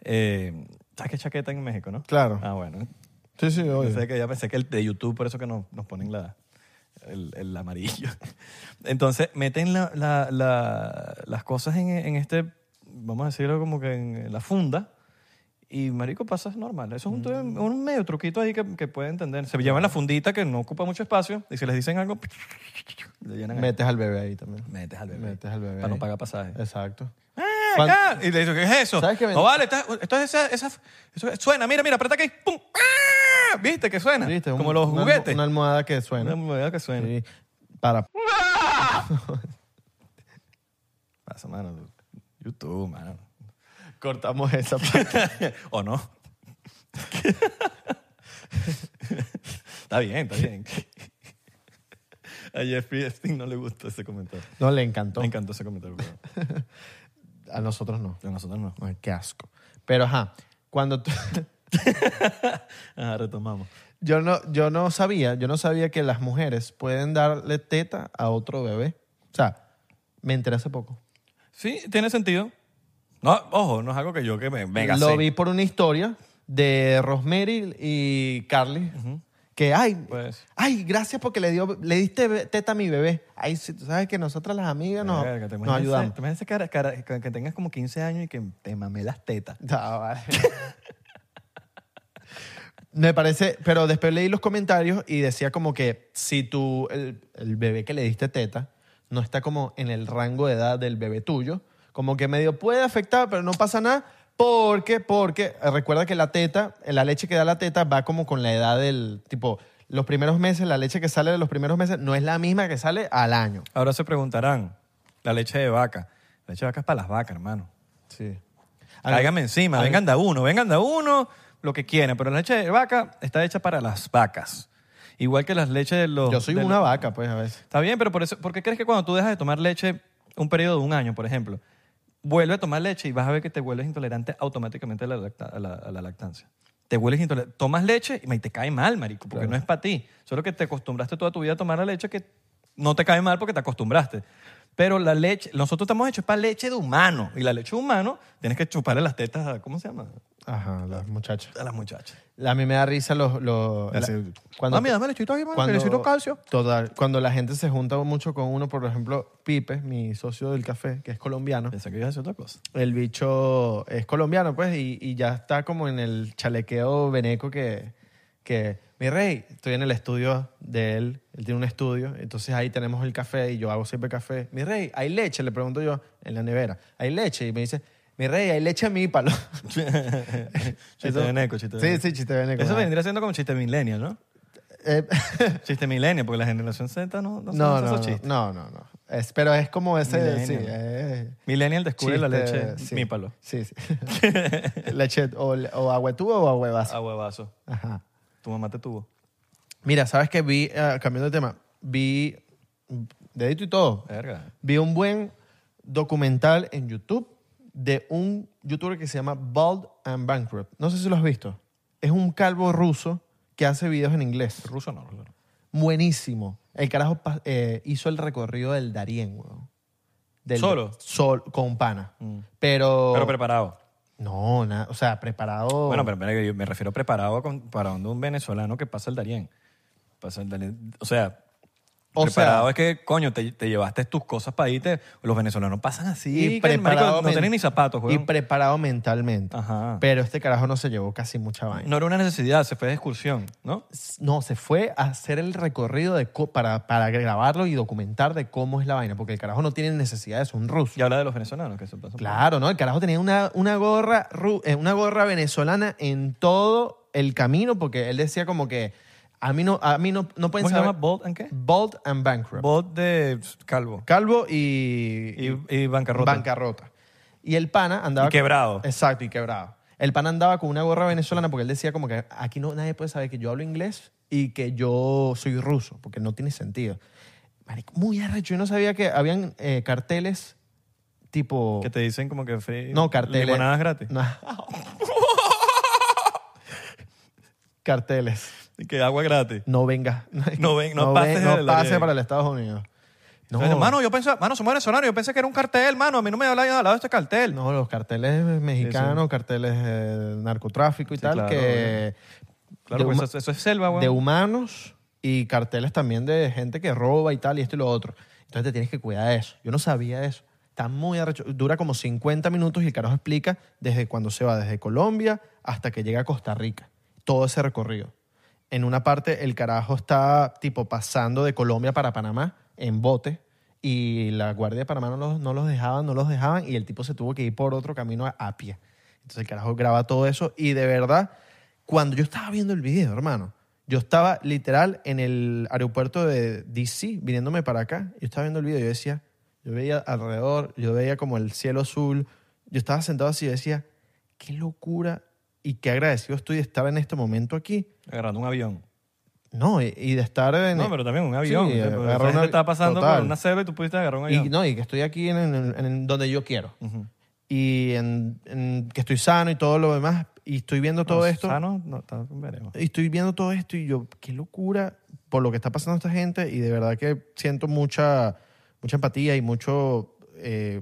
Speaker 2: Eh, ¿Sabes qué chaqueta en México, no?
Speaker 3: Claro.
Speaker 2: Ah, bueno.
Speaker 3: Sí, sí, obvio.
Speaker 2: Pensé que, ya pensé que el de YouTube, por eso que nos, nos ponen la, el, el amarillo. Entonces meten la- la- la- las cosas en, en este, vamos a decirlo como que en la funda. Y marico, pasas normal. Eso es un,
Speaker 3: Mm.
Speaker 2: tru- un medio truquito ahí que, que puede entender. Se llevan la fundita que no ocupa mucho espacio y si les dicen algo, le llenan ahí.
Speaker 3: Metes al bebé ahí también.
Speaker 2: Metes al bebé.
Speaker 3: Metes al bebé
Speaker 2: Para no
Speaker 3: ahí.
Speaker 2: pagar pasaje.
Speaker 3: Exacto.
Speaker 2: ¡Ah,
Speaker 3: Cuan-
Speaker 2: acá! Y le digo, ¿qué es eso?
Speaker 3: ¿Sabes qué?
Speaker 2: No vale, está- esto es esa, esa- eso suena, mira, mira, aprieta aquí, ¡pum! ¡Ah! ¿Viste que suena?
Speaker 3: ¿Viste?
Speaker 2: Como
Speaker 3: Un-
Speaker 2: los
Speaker 3: una almo-
Speaker 2: juguetes.
Speaker 3: Una almohada que
Speaker 2: Una
Speaker 3: suena.
Speaker 2: moneda que suena.
Speaker 3: Sí. Para.
Speaker 2: Pasa, mano. YouTube, mano.
Speaker 3: Cortamos esa parte.
Speaker 2: ¿O no? está bien, está bien. A Jeffrey Epstein no le gusta ese comentario.
Speaker 3: No, le encantó.
Speaker 2: Me encantó ese comentario. pero
Speaker 3: A nosotros no.
Speaker 2: A nosotros no.
Speaker 3: Ay, qué asco. Pero ajá, cuando tú-
Speaker 2: Ajá, retomamos.
Speaker 3: yo no yo no sabía, yo no sabía que las mujeres pueden darle teta a otro bebé. O sea, me enteré hace poco.
Speaker 2: Sí, tiene sentido. No, ojo, no es algo que yo que me mega
Speaker 3: Lo
Speaker 2: sé.
Speaker 3: vi por una historia de Rosemary y Carly. Que, ay,
Speaker 2: Pues.
Speaker 3: ay, gracias porque le, dio, le diste be- teta a mi bebé. Ay, sí, tú sabes que nosotras las amigas nos,
Speaker 2: Verga, te
Speaker 3: nos
Speaker 2: imaginas ese-
Speaker 3: ayudamos.
Speaker 2: Te imaginas ese cara, cara- que que tengas como 15 años y que te mamé las tetas.
Speaker 3: Ah, vale. Me parece, pero después leí los comentarios y decía como que si tú, el, el bebé que le diste teta, no está como en el rango de edad del bebé tuyo, como que medio puede afectar, pero no pasa nada. Porque, porque, eh, recuerda que la teta, eh, la leche que da la teta va como con la edad del, tipo, los primeros meses, la leche que sale de los primeros meses no es la misma que sale al año.
Speaker 2: Ahora se preguntarán, la leche de vaca. La leche de vaca es para las vacas, hermano.
Speaker 3: Sí.
Speaker 2: Cáiganme encima, vengan de a uno, vengan de a uno, lo que quieran. Pero la leche de vaca está hecha para las vacas. Igual que las leches de los...
Speaker 3: Yo soy
Speaker 2: de
Speaker 3: una
Speaker 2: los-
Speaker 3: vaca, pues, a veces.
Speaker 2: Está bien, pero por, eso, ¿por qué crees que cuando tú dejas de tomar leche un periodo de un año, por ejemplo, vuelve a tomar leche y vas a ver que te vuelves intolerante automáticamente a la, lacta- a la- a la lactancia? Te vuelves intolerante. Tomas leche y me- te cae mal, marico, porque no es para ti. Solo que te acostumbraste toda tu vida a tomar la leche que no te cae mal porque te acostumbraste. Pero la leche, nosotros estamos hechos para leche de humano. Y la leche de humano tienes que chuparle las tetas a, ¿cómo se llama?
Speaker 3: Ajá, las muchachas.
Speaker 2: A las muchachas.
Speaker 3: A mí me da risa los... los
Speaker 2: Así, "Ah,
Speaker 3: la-
Speaker 2: "Mami, dame lechita aquí, mami, que necesito calcio".
Speaker 3: Total. Cuando la gente se junta mucho con uno, por ejemplo, Pipe, mi socio del café, que es colombiano.
Speaker 2: Pensé que ibas a hacer otra cosa.
Speaker 3: El bicho es colombiano, pues, y, y ya está como en el chalequeo veneco que, que... Mi rey, estoy en el estudio de él. Él tiene un estudio. Entonces ahí tenemos el café y yo hago siempre café. Mi rey, ¿hay leche? Le pregunto yo en la nevera. ¿Hay leche? Y me dice... Mi rey, hay leche a mi palo.
Speaker 2: chiste
Speaker 3: Eso-
Speaker 2: de veneco, chiste
Speaker 3: Sí,
Speaker 2: veneco.
Speaker 3: sí, chiste veneco.
Speaker 2: Eso
Speaker 3: ajá.
Speaker 2: vendría siendo como chiste millennial, ¿no?
Speaker 3: Eh,
Speaker 2: Chiste milenio, porque la generación Z no, no,
Speaker 3: No,
Speaker 2: hace
Speaker 3: no,
Speaker 2: esos
Speaker 3: no,
Speaker 2: chistes.
Speaker 3: no, no, no. Es- pero es como ese,
Speaker 2: Millennial.
Speaker 3: sí, eh,
Speaker 2: Millennial descubre la
Speaker 3: chiste,
Speaker 2: leche
Speaker 3: sí.
Speaker 2: mípalo.
Speaker 3: Sí, sí. leche o, o agüetúa o
Speaker 2: A
Speaker 3: agüevaso.
Speaker 2: huevazo.
Speaker 3: Ajá.
Speaker 2: Tu mamá te tuvo.
Speaker 3: Mira, ¿sabes qué? Vi, eh, cambiando de tema, vi, dedito y todo,
Speaker 2: Verga.
Speaker 3: vi un buen documental en YouTube de un youtuber que se llama Bald and Bankrupt. No sé si lo has visto. Es un calvo ruso que hace videos en inglés.
Speaker 2: Ruso no, ruso no.
Speaker 3: Buenísimo. El carajo pa- eh, hizo el recorrido del Darién, weón. Del-
Speaker 2: ¿Solo? Mm.
Speaker 3: sol- con pana. Pero,
Speaker 2: Pero preparado.
Speaker 3: No, nada. O sea, preparado.
Speaker 2: Bueno, pero, pero yo me refiero preparado con, para donde un venezolano que pasa el Darién. Pasa el Darién. O sea,
Speaker 3: O
Speaker 2: preparado
Speaker 3: sea-
Speaker 2: es que, coño, te, te llevaste tus cosas para irte. Los venezolanos pasan así.
Speaker 3: y
Speaker 2: que el marico
Speaker 3: preparado
Speaker 2: no
Speaker 3: men-
Speaker 2: tienen ni zapatos,
Speaker 3: Y
Speaker 2: güey.
Speaker 3: preparado mentalmente.
Speaker 2: Ajá.
Speaker 3: Pero este carajo no se llevó casi mucha vaina.
Speaker 2: No era una necesidad, se fue de excursión, ¿no?
Speaker 3: No, se fue a hacer el recorrido de co- para, para grabarlo y documentar de cómo es la vaina, porque el carajo no tiene necesidades, es un ruso.
Speaker 2: Y habla de los venezolanos que se pasan.
Speaker 3: Claro, ¿no? El carajo tenía una, una, gorra, ru- eh, una gorra venezolana en todo el camino, porque él decía como que a mí no, a mí no, no pueden
Speaker 2: ¿Cómo se
Speaker 3: saber-
Speaker 2: llama? ¿Bold and qué?
Speaker 3: Bald and Bankrupt.
Speaker 2: Bot de calvo.
Speaker 3: Calvo y,
Speaker 2: Y, y bancarrota.
Speaker 3: bancarrota. Y el pana andaba...
Speaker 2: Y quebrado.
Speaker 3: Exacto, y quebrado. El pana andaba con una gorra venezolana porque él decía como que aquí no, nadie puede saber que yo hablo inglés y que yo soy ruso, porque no tiene sentido. Marico, muy arrecho. Yo no sabía que habían eh, carteles tipo...
Speaker 2: Que te dicen como que free.
Speaker 3: No, carteles.
Speaker 2: Limonadas gratis.
Speaker 3: No. carteles.
Speaker 2: Y que agua gratis.
Speaker 3: No venga.
Speaker 2: No ven- no pases
Speaker 3: no
Speaker 2: el-
Speaker 3: pase para los Estados Unidos. No,
Speaker 2: Entonces, mano, yo pensaba, mano, somos venezolanos, yo pensé que era un cartel, mano, a mí no me había hablado de este cartel.
Speaker 3: No, los carteles mexicanos, carteles de narcotráfico y
Speaker 2: Sí,
Speaker 3: tal,
Speaker 2: claro,
Speaker 3: que
Speaker 2: Claro,
Speaker 3: de,
Speaker 2: pues
Speaker 3: huma-
Speaker 2: eso, eso es selva,
Speaker 3: de
Speaker 2: weón.
Speaker 3: humanos y carteles también de gente que roba y tal, y esto y lo otro. Entonces te tienes que cuidar de eso. Yo no sabía eso. Está muy arrecho. Dura como 50 minutos y el carajo explica desde cuando se va, desde Colombia hasta que llega a Costa Rica. Todo ese recorrido. En una parte el carajo está tipo pasando de Colombia para Panamá en bote y la Guardia de Panamá no los, no los dejaban, no los dejaban y el tipo se tuvo que ir por otro camino a, a pie. Entonces el carajo graba todo eso y de verdad, cuando yo estaba viendo el video, hermano, yo estaba literal en el aeropuerto de DC viniéndome para acá, yo estaba viendo el video y yo decía, yo veía alrededor, yo veía como el cielo azul, yo estaba sentado así y decía, qué locura y qué agradecido estoy de estar en este momento aquí.
Speaker 2: Agarrando un avión.
Speaker 3: No, y, y de estar en...
Speaker 2: No, pero también un avión.
Speaker 3: Sí,
Speaker 2: o sea, porque
Speaker 3: agarrar
Speaker 2: esa gente
Speaker 3: un avi-
Speaker 2: estaba pasando
Speaker 3: total.
Speaker 2: por una selva y tú pudiste agarrar un avión.
Speaker 3: Y, no, y que estoy aquí en, en- en donde yo quiero.
Speaker 2: Ujú.
Speaker 3: Y en, en que estoy sano y todo lo demás. Y estoy viendo todo
Speaker 2: No,
Speaker 3: esto. Eh,
Speaker 2: sano, no, está- veremos.
Speaker 3: Y estoy viendo todo esto y yo, qué locura por lo que está pasando esta gente. Y de verdad que siento mucha, mucha empatía y mucho eh,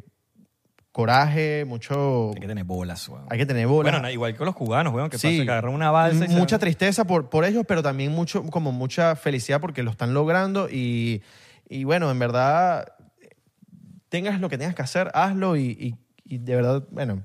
Speaker 3: coraje, mucho...
Speaker 2: Hay que tener bolas, weón.
Speaker 3: Hay que tener bola.
Speaker 2: Bueno, na- igual que los cubanos, weón, que
Speaker 3: Sí.
Speaker 2: pasa que agarran una balsa y se-
Speaker 3: mucha tristeza por, por ellos, pero también mucho, como mucha felicidad porque lo están logrando y, y bueno, en verdad, tengas lo que tengas que hacer, hazlo y, y- y de verdad, bueno,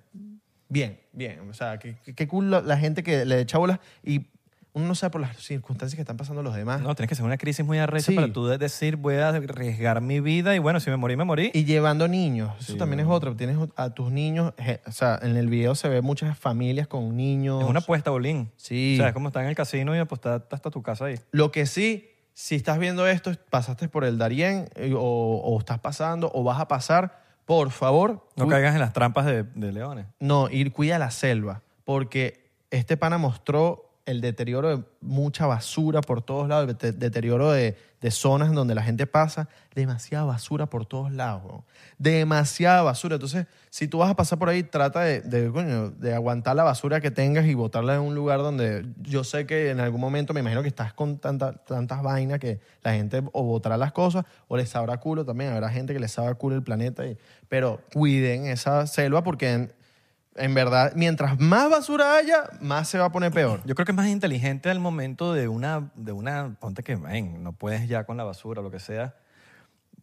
Speaker 3: bien, bien. O sea, qué, qué- qué cool la, la gente que le echa bolas y uno no sabe por las circunstancias que están pasando los demás.
Speaker 2: No, tienes que ser una crisis muy arrecha
Speaker 3: Sí.
Speaker 2: para tú de- decir, voy a arriesgar mi vida y bueno, si me morí, me morí.
Speaker 3: Y llevando niños, eso también es otro. Tienes a tus niños, je- o sea, en el video se ve muchas familias con niños.
Speaker 2: Es una apuesta, bolín. O
Speaker 3: Sí.
Speaker 2: sea, es como estar en el casino y apostar hasta tu casa ahí.
Speaker 3: Lo que sí, si estás viendo esto, pasaste por el Darién eh, o, o estás pasando o vas a pasar, por favor,
Speaker 2: No
Speaker 3: cu-
Speaker 2: caigas en las trampas de, de leones.
Speaker 3: no, ir cuida la selva, porque este pana mostró el deterioro de mucha basura por todos lados, el de- deterioro de, de zonas en donde la gente pasa, demasiada basura por todos lados, weón. demasiada basura. Entonces, si tú vas a pasar por ahí, trata de, de, coño, de aguantar la basura que tengas y botarla en un lugar donde yo sé que en algún momento, me imagino que estás con tanta- tantas vainas que la gente o botará las cosas o les sabrá culo también, habrá gente que les sabrá culo el planeta, y- pero cuiden esa selva porque... en- en verdad, mientras más basura haya, más se va a poner peor.
Speaker 2: Yo creo que es más inteligente al momento de una, de una ponte que, ven, no puedes ya con la basura o lo que sea,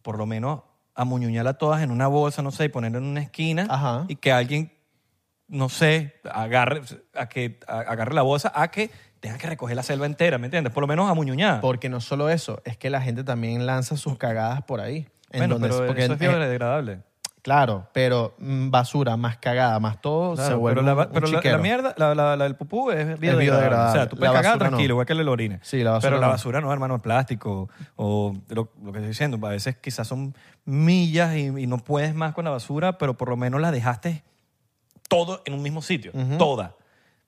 Speaker 2: por lo menos amuñuñarla todas en una bolsa, no sé, y ponerla en una esquina
Speaker 3: Ajá.
Speaker 2: y que alguien, no sé, agarre, a que, a- agarre la bolsa a que tenga que recoger la selva entera, ¿me entiendes? Por lo menos amuñuñada.
Speaker 3: Porque no solo eso, es que la gente también lanza sus cagadas por ahí. En eh,
Speaker 2: bueno,
Speaker 3: donde-
Speaker 2: pero
Speaker 3: porque-
Speaker 2: eso es biodegradable.
Speaker 3: claro, pero mm, basura, más cagada, más todo, se
Speaker 2: Claro,
Speaker 3: vuelve
Speaker 2: pero la,
Speaker 3: un-
Speaker 2: va-
Speaker 3: un
Speaker 2: pero la- la
Speaker 3: chiquero.
Speaker 2: mierda, la, la- la del pupú es biodegradable.
Speaker 3: biodegradable.
Speaker 2: O sea, tú
Speaker 3: La
Speaker 2: puedes cagar
Speaker 3: basura no.
Speaker 2: tranquilo, igual que el orine.
Speaker 3: Sí, la basura
Speaker 2: Pero la
Speaker 3: no.
Speaker 2: basura no, hermano, el plástico o lo, lo que estoy diciendo. A veces quizás son millas y, y no puedes más con la basura, pero por lo menos la dejaste todo en un mismo sitio, toda.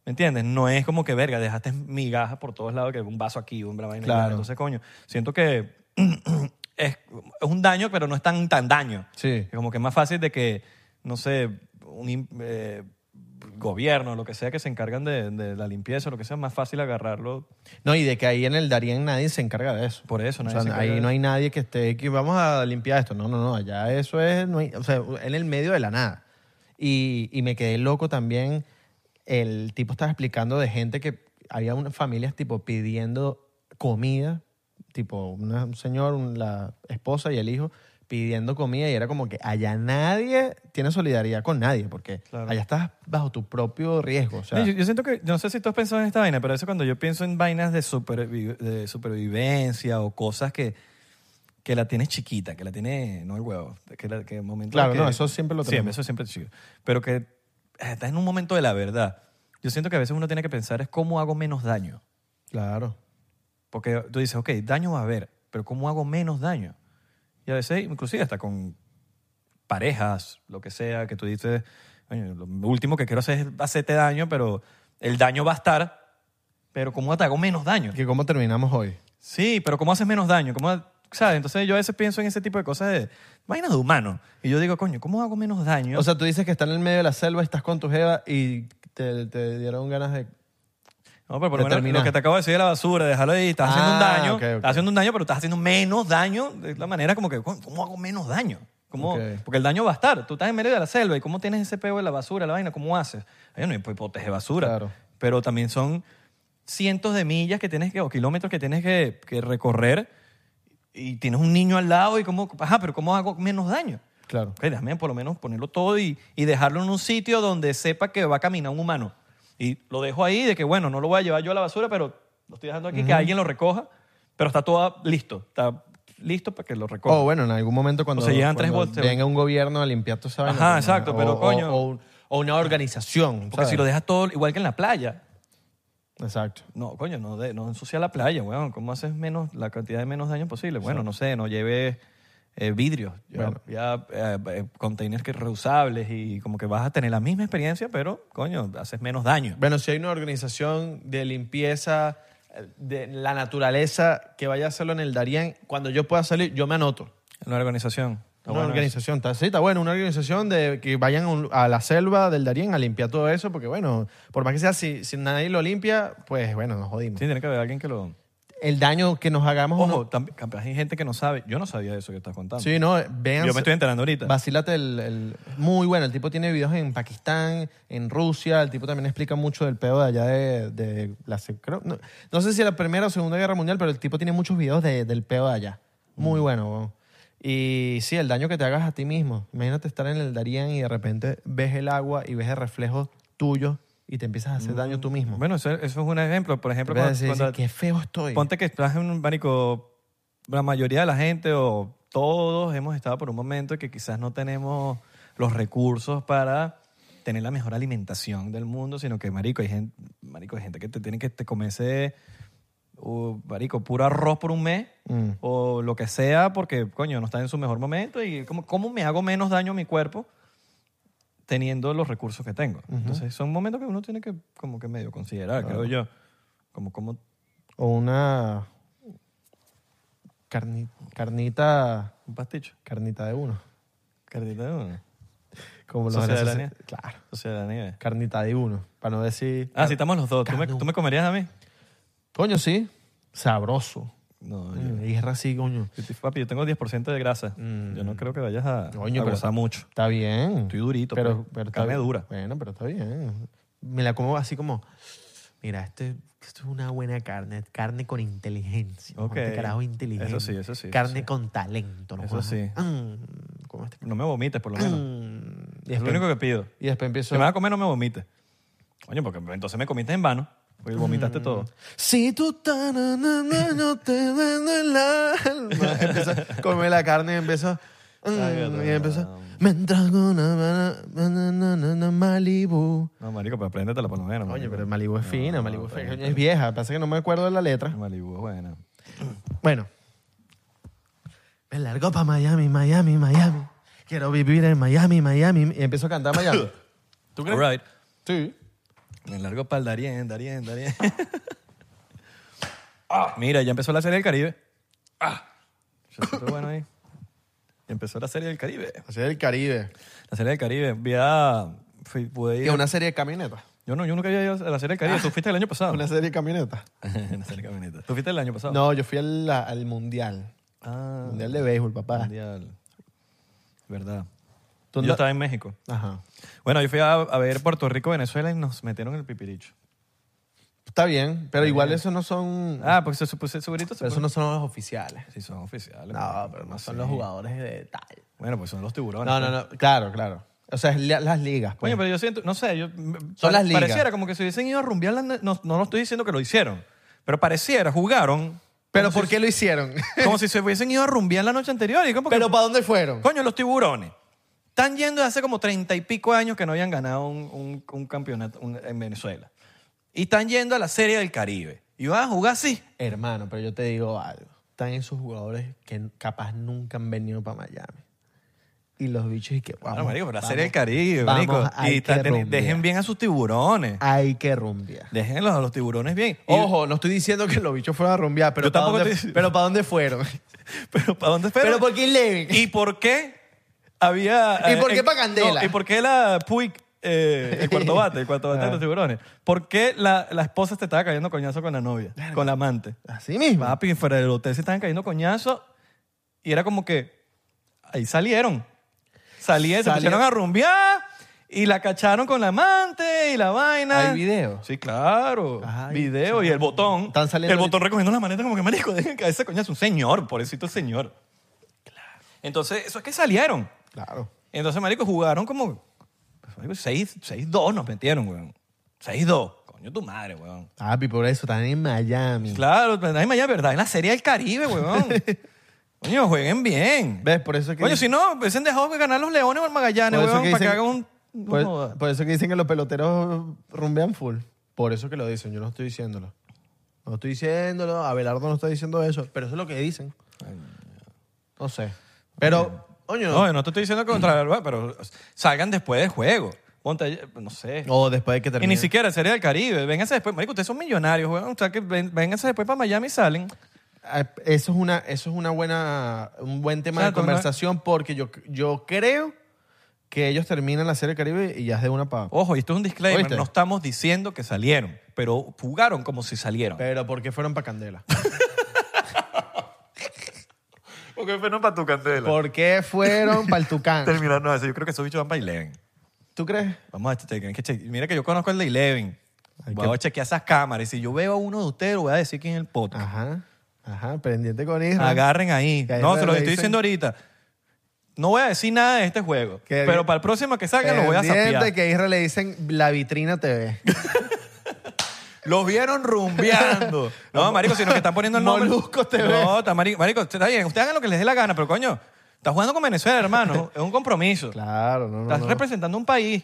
Speaker 2: ¿Me entiendes? No es como que, verga, dejaste migajas por todos lados, que un vaso aquí, un vaina. allá.
Speaker 3: Claro.
Speaker 2: Entonces, coño, siento que es, es un daño, pero no es tan, tan daño.
Speaker 3: Sí.
Speaker 2: Es como que es más fácil de que, no sé, un im- eh, gobierno, lo que sea, que se encargan de, de la limpieza, lo que sea, es más fácil agarrarlo.
Speaker 3: No, y de que ahí en el Darién nadie se encarga de eso.
Speaker 2: Por eso,
Speaker 3: O
Speaker 2: nadie
Speaker 3: sea,
Speaker 2: se encarga
Speaker 3: ahí
Speaker 2: de
Speaker 3: no hay nadie que esté, que vamos a limpiar esto. No, no, no, allá eso es, no hay- o sea, en el medio de la nada. Y, y me quedé loco también, el tipo estaba explicando de gente que había unas familias tipo pidiendo comida, tipo una- un señor, un- la esposa y el hijo pidiendo comida y era como que allá nadie tiene solidaridad con nadie porque
Speaker 2: Claro.
Speaker 3: allá estás bajo tu propio riesgo. O sea,
Speaker 2: yo, yo siento que, yo no sé si tú has pensado en esta vaina, pero eso cuando yo pienso en vainas de, supervi- de supervivencia o cosas que, que la tienes chiquita, que la tienes, no el huevo, que, la, que el momento
Speaker 3: Claro,
Speaker 2: que-
Speaker 3: no, eso siempre lo
Speaker 2: Siempre,
Speaker 3: tenemos.
Speaker 2: eso siempre es chido. Pero que eh, estás en un momento de la verdad. Yo siento que a veces uno tiene que pensar es cómo hago menos daño.
Speaker 3: claro.
Speaker 2: Porque tú dices, ok, daño va a haber, pero ¿cómo hago menos daño? Y a veces, inclusive hasta con parejas, lo que sea, que tú dices, "Coño, lo último que quiero hacer es hacerte daño, pero el daño va a estar, pero ¿cómo te hago menos daño?
Speaker 3: Que cómo terminamos hoy.
Speaker 2: Sí, pero ¿cómo haces menos daño? ¿Cómo, ¿Sabes? Entonces yo a veces pienso en ese tipo de cosas de vainas de humano. Y yo digo, coño, ¿cómo hago menos daño?
Speaker 3: O sea, tú dices que estás en el medio de la selva, estás con tu jeva y te, te dieron ganas de...
Speaker 2: No, pero por lo
Speaker 3: De
Speaker 2: menos
Speaker 3: terminar.
Speaker 2: lo que te acabo de decir de la basura, dejarlo ahí, estás
Speaker 3: Ah,
Speaker 2: haciendo un daño,
Speaker 3: ok, ok.
Speaker 2: estás haciendo un daño, pero estás haciendo menos daño de la manera como que, "Coño, ¿cómo hago menos daño? ¿Cómo?
Speaker 3: Ok.
Speaker 2: Porque el daño va a estar. Tú estás en medio de la selva y ¿cómo tienes ese peo de la basura, la vaina? ¿Cómo haces? Hay una hipótesis de basura.
Speaker 3: Claro.
Speaker 2: Pero también son cientos de millas que tienes que, o kilómetros que tienes que, que recorrer y tienes un niño al lado y ¿cómo? Ajá, pero ¿cómo hago menos daño?
Speaker 3: Claro.
Speaker 2: Ok, déjame por lo menos ponerlo todo y, y dejarlo en un sitio donde sepa que va a caminar un humano. Y lo dejo ahí de que, bueno, no lo voy a llevar yo a la basura, pero lo estoy dejando aquí, que alguien lo recoja, pero está todo listo, está listo para que lo recoja.
Speaker 3: O Oh, bueno, en algún momento cuando,
Speaker 2: O sea, llegan tres
Speaker 3: cuando
Speaker 2: bolsas.
Speaker 3: venga un gobierno a limpiar tu sabes.
Speaker 2: Ajá, exacto, pero coño.
Speaker 3: O, un- o una organización.
Speaker 2: Porque
Speaker 3: ¿sabes?
Speaker 2: si lo dejas todo, igual que en la playa.
Speaker 3: Exacto.
Speaker 2: No, coño, no, de- no ensucia la playa, weón. ¿Cómo haces menos, la cantidad de menos daño posible? Bueno, no sé, no lleves eh, vidrios, ya,
Speaker 3: Bueno.
Speaker 2: ya, eh, eh, containers que reusables y como que vas a tener la misma experiencia, pero, coño, haces menos daño.
Speaker 3: Bueno, si hay una organización de limpieza eh, de la naturaleza que vaya a hacerlo en el Darién, cuando yo pueda salir, yo me anoto.
Speaker 2: En la organización. Está bueno
Speaker 3: una
Speaker 2: eso.
Speaker 3: organización, está, sí, está bueno, una organización de que vayan a un- a la selva del Darién a limpiar todo eso, porque bueno, por más que sea, si, si nadie lo limpia, pues bueno, nos jodimos.
Speaker 2: Sí, tiene que haber alguien que lo...
Speaker 3: El daño que nos hagamos... uno-
Speaker 2: Ojo, también, capaz hay gente que no sabe. Yo no sabía eso que estás contando.
Speaker 3: Sí, no, vean.
Speaker 2: Yo me estoy enterando ahorita.
Speaker 3: Vacílate el, el- Muy bueno, el tipo tiene videos en Pakistán, en Rusia, el tipo también explica mucho del pedo de allá de, de la... se- creo- no, no sé si la Primera o Segunda Guerra Mundial, pero el tipo tiene muchos videos de- del pedo de allá.
Speaker 2: Mm.
Speaker 3: Muy bueno, weón. Y sí, el daño que te hagas a ti mismo. Imagínate estar en el Darién y de repente ves el agua y ves el reflejo tuyo y te empiezas a hacer daño tú mismo.
Speaker 2: Bueno, eso, eso es un ejemplo. Por ejemplo,
Speaker 3: Te
Speaker 2: cuando,
Speaker 3: empiezas a decir,
Speaker 2: cuando-
Speaker 3: qué feo estoy.
Speaker 2: ponte que estás en un marico, la mayoría de la gente o todos hemos estado por un momento que quizás no tenemos los recursos para tener la mejor alimentación del mundo, sino que marico hay gente, marico hay gente que te tiene que te comerse o, marico puro arroz por un mes
Speaker 3: Mm.
Speaker 2: o lo que sea porque coño no está en su mejor momento y cómo, cómo me hago menos daño a mi cuerpo teniendo los recursos que tengo. Entonces son momentos que uno tiene que como que medio considerar, creo yo. Como como
Speaker 3: O una... carni- carnita...
Speaker 2: un pasticho.
Speaker 3: Carnita de uno.
Speaker 2: Carnita de uno.
Speaker 3: Como los
Speaker 2: Sociedad de la
Speaker 3: venezolanos-
Speaker 2: nieve.
Speaker 3: Claro.
Speaker 2: O sea, la nieve.
Speaker 3: Carnita de uno. Para no decir.
Speaker 2: Ah, sí, estamos los dos. ¿Tú me,
Speaker 3: Carnu.
Speaker 2: tú me comerías a mí?
Speaker 3: Coño, sí. Sabroso.
Speaker 2: No, yo,
Speaker 3: Mm, Guerra sí, coño.
Speaker 2: yo te- papi, yo tengo 10% de grasa. Yo no creo que vayas a,
Speaker 3: Mm. Coño,
Speaker 2: a
Speaker 3: pero-
Speaker 2: gozar mucho.
Speaker 3: Está bien.
Speaker 2: Estoy durito,
Speaker 3: Pero,
Speaker 2: pues.
Speaker 3: pero está
Speaker 2: Carne
Speaker 3: bien.
Speaker 2: dura.
Speaker 3: Bueno, pero está bien. Me la como así como. Mira, este, esto es una buena carne. Carne con inteligencia.
Speaker 2: Ok.
Speaker 3: Este carajo inteligente.
Speaker 2: Eso sí, eso sí, eso
Speaker 3: Carne
Speaker 2: sí.
Speaker 3: con talento. ¿no?
Speaker 2: Eso sí.
Speaker 3: Mm, ¿Cómo este?
Speaker 2: No me vomites, por lo menos.
Speaker 3: Mm. Y
Speaker 2: Es
Speaker 3: después,
Speaker 2: lo único que pido.
Speaker 3: y después empiezo.
Speaker 2: Si me vas a comer, no me vomites. Coño, porque entonces me comiste en vano. Porque
Speaker 3: Mm.
Speaker 2: vomitaste todo.
Speaker 3: Si tú tan no te duele el alma. Empieza, come la carne y empieza. mm, Y empieza. Me entrago una bana- banana na- Malibu.
Speaker 2: No, marico, pero apréndetela por lo menos.
Speaker 3: Oye,
Speaker 2: marico.
Speaker 3: pero Malibu es fina, Malibu es fina.
Speaker 2: pero-
Speaker 3: Es vieja, pasa que no me acuerdo de la letra.
Speaker 2: Malibu es buena.
Speaker 3: Bueno. Me largo para Miami, Miami, Miami. Quiero vivir en Miami, Miami. Y empiezo a cantar Miami.
Speaker 2: ¿Tú crees? All right.
Speaker 3: Sí.
Speaker 2: Me largo para el Darien, Darien, Darien. Ah, mira, ya empezó la serie del Caribe. Ah, yo siempre bueno ahí. Ya empezó la serie del Caribe.
Speaker 3: Así es el Caribe.
Speaker 2: La serie del Caribe. Vi a fui- pude ir.
Speaker 3: Que una serie de camionetas.
Speaker 2: Yo, no, yo nunca había ido a la serie del Caribe. Tú fuiste el año pasado.
Speaker 3: Una serie de camionetas.
Speaker 2: Una serie de camionetas. Tú fuiste el año pasado.
Speaker 3: No, yo fui al, al mundial.
Speaker 2: Ah,
Speaker 3: Mundial de béisbol, papá.
Speaker 2: mundial. Verdad.
Speaker 3: ¿Tú
Speaker 2: Yo
Speaker 3: no-
Speaker 2: estaba en México.
Speaker 3: Ajá.
Speaker 2: Bueno, yo fui a, a ver Puerto Rico, Venezuela y nos metieron el pipiricho.
Speaker 3: Está bien, pero igual esos no son.
Speaker 2: Ah, porque se supuse segurito. se
Speaker 3: pero esos
Speaker 2: puso-
Speaker 3: no son los oficiales.
Speaker 2: Sí, son oficiales. pues.
Speaker 3: No,
Speaker 2: marico,
Speaker 3: pero no
Speaker 2: ¿cómo
Speaker 3: son
Speaker 2: así?
Speaker 3: los jugadores de tal.
Speaker 2: Bueno, pues son los tiburones.
Speaker 3: No, no, no. Claro, claro. O sea, es li- las ligas. pues.
Speaker 2: Coño, pero yo siento, no sé, yo,
Speaker 3: Son las ligas.
Speaker 2: pareciera como que se hubiesen ido a rumbear, las ne- no, no lo estoy diciendo que lo hicieron, pero pareciera, jugaron,
Speaker 3: Pero ¿por qué lo hicieron?
Speaker 2: como si se hubiesen ido a rumbear la noche anterior. Y como que,
Speaker 3: ¿Pero para dónde fueron?
Speaker 2: coño, los tiburones. Están yendo de hace como treinta y pico años que no habían ganado un, un- un campeonato un- en Venezuela. Y están yendo a la Serie del Caribe. Y van a jugar así.
Speaker 3: Hermano, pero yo te digo algo. Están esos jugadores que n- capaz nunca han venido para Miami. Y los bichos y que vamos.
Speaker 2: Claro, marico, pero la
Speaker 3: vamos,
Speaker 2: Serie del Caribe,
Speaker 3: vamos,
Speaker 2: marico.
Speaker 3: hay
Speaker 2: Y
Speaker 3: que
Speaker 2: ta- ten-
Speaker 3: rumbear.
Speaker 2: dejen bien a sus tiburones.
Speaker 3: Hay que rumbear.
Speaker 2: Déjenlos a los tiburones bien. Y-
Speaker 3: Ojo, no estoy diciendo que los bichos fueron a rumbear, pero
Speaker 2: Yo
Speaker 3: ¿para
Speaker 2: tampoco
Speaker 3: dónde,
Speaker 2: estoy-
Speaker 3: pero ¿para dónde fueron?
Speaker 2: Pero ¿para dónde esperan?
Speaker 3: Pero, ¿por qué Eleven?
Speaker 2: ¿Y por qué había...
Speaker 3: ¿Y
Speaker 2: eh,
Speaker 3: por qué
Speaker 2: eh,
Speaker 3: pa' Candela?
Speaker 2: no, ¿Y por qué la Puig, eh, el cuarto bate, el cuarto bate
Speaker 3: Ah.
Speaker 2: de los tiburones? ¿Por qué la, la esposa te estaba cayendo coñazo con la novia, con la amante?
Speaker 3: Así mismo. Ah,
Speaker 2: Papi, fuera del hotel se estaban cayendo coñazo y era como que ahí salieron. Salieron, se
Speaker 3: Salieron.
Speaker 2: pusieron a rumbear y la cacharon con la amante y la vaina.
Speaker 3: ¿Hay video?
Speaker 2: Sí, claro.
Speaker 3: Ay,
Speaker 2: video y el botón.
Speaker 3: Están saliendo
Speaker 2: el botón recogiendo la maneta como que, marico, dejen que ese coñazo. Un señor, pobrecito señor. Entonces, eso es que salieron.
Speaker 3: Claro.
Speaker 2: Entonces, marico, jugaron como pues, 6-2 nos metieron, weón. 6-2. Coño, tu madre, weón.
Speaker 3: Papi, por eso están en Miami.
Speaker 2: Claro, pero en Miami, ¿verdad? En la Serie del Caribe, weón. Coño, jueguen bien.
Speaker 3: ¿Ves? Por eso que.
Speaker 2: Coño, si no, hubiesen dejado de ganar los Leones o el Magallanes,
Speaker 3: Por eso
Speaker 2: weón,
Speaker 3: que
Speaker 2: para que
Speaker 3: dicen-
Speaker 2: hagan un... no joda.
Speaker 3: Por, por eso que dicen que los peloteros rumbean full. Por eso que lo dicen, yo no estoy diciéndolo. No estoy diciéndolo, Abelardo no está diciendo eso, pero eso es lo que dicen. No sé. Pero, coño,
Speaker 2: No, no te estoy diciendo contra el pero salgan después del juego. Ponte, no sé.
Speaker 3: o después de que
Speaker 2: y
Speaker 3: termine.
Speaker 2: ni siquiera sería del Caribe. Vénganse después. Marico, ustedes son millonarios, weón. O sea, que ven- vénganse después para Miami y salen.
Speaker 3: Ah, Eso es una, eso es una buena, un buen tema
Speaker 2: Exacto,
Speaker 3: de conversación porque yo, yo creo que ellos terminan la Serie del Caribe y ya es de una para.
Speaker 2: Ojo, y esto es un disclaimer.
Speaker 3: ¿Oíste?
Speaker 2: No estamos diciendo que salieron, pero jugaron como si salieron.
Speaker 3: Pero ¿por qué fueron para Candela?
Speaker 2: Porque fueron para tu candela.
Speaker 3: ¿Por qué fueron para el Tucán?
Speaker 2: Terminaron, no, eso. Yo creo que esos bichos van para Eleven.
Speaker 3: ¿Tú crees?
Speaker 2: Vamos a chequear. hay que chequear. Mira que yo conozco el de Eleven.
Speaker 3: Hay
Speaker 2: Voy a chequear esas cámaras. Y si yo veo a uno de ustedes, lo voy a decir que es el podcast.
Speaker 3: Ajá, ajá, pendiente con Isra.
Speaker 2: Agarren ahí.
Speaker 3: Ah, Que ahí
Speaker 2: No,
Speaker 3: le-
Speaker 2: se los
Speaker 3: le
Speaker 2: estoy
Speaker 3: dicen-
Speaker 2: diciendo ahorita. No voy a decir nada de este juego.
Speaker 3: Que-
Speaker 2: pero para el próximo que salga lo voy a
Speaker 3: Pendiente
Speaker 2: sapear.
Speaker 3: que a Israel le dicen la vitrina TV.
Speaker 2: Los vieron rumbeando. no, marico, sino que están poniendo el nombre.
Speaker 3: Molusco TV.
Speaker 2: No, está, marico, marico, está bien. Ustedes hagan lo que les dé la gana, pero coño, estás jugando con Venezuela, hermano. es un compromiso.
Speaker 3: Claro, no, no.
Speaker 2: Estás
Speaker 3: No,
Speaker 2: representando un país.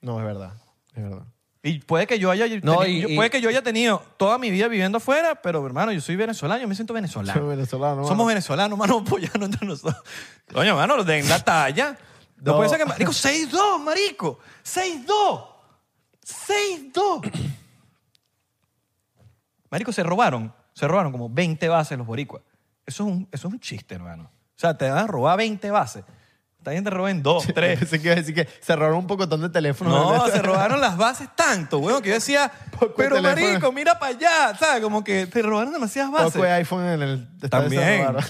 Speaker 3: No, es verdad. Es verdad.
Speaker 2: Y puede que yo haya
Speaker 3: No,
Speaker 2: teni-
Speaker 3: y-
Speaker 2: yo-
Speaker 3: y-
Speaker 2: puede que yo haya tenido toda mi vida viviendo afuera, pero hermano, yo soy venezolano, yo me siento venezolano.
Speaker 3: Soy venezolano, mano.
Speaker 2: Somos venezolanos, mano, apoyando entre nosotros. Coño, mano, den la talla. No,
Speaker 3: No.
Speaker 2: puede ser que marico 6-2, marico. 6-2. 6-2. marico se robaron, se robaron como 20 bases los boricuas. Eso es un eso es un chiste, hermano. O sea, te van a robar 20 bases. También te roben 2, 3.
Speaker 3: Pensé que iba a decir que se robaron un pocotón de teléfonos.
Speaker 2: No,
Speaker 3: ¿verdad?
Speaker 2: se robaron las bases tanto, weón, que yo decía,
Speaker 3: Poco de
Speaker 2: pero
Speaker 3: teléfono.
Speaker 2: marico, mira para allá, ¿sabes? Como que te robaron demasiadas
Speaker 3: Poco de
Speaker 2: bases.
Speaker 3: iPhone en el. estadio se
Speaker 2: También.
Speaker 3: robaron.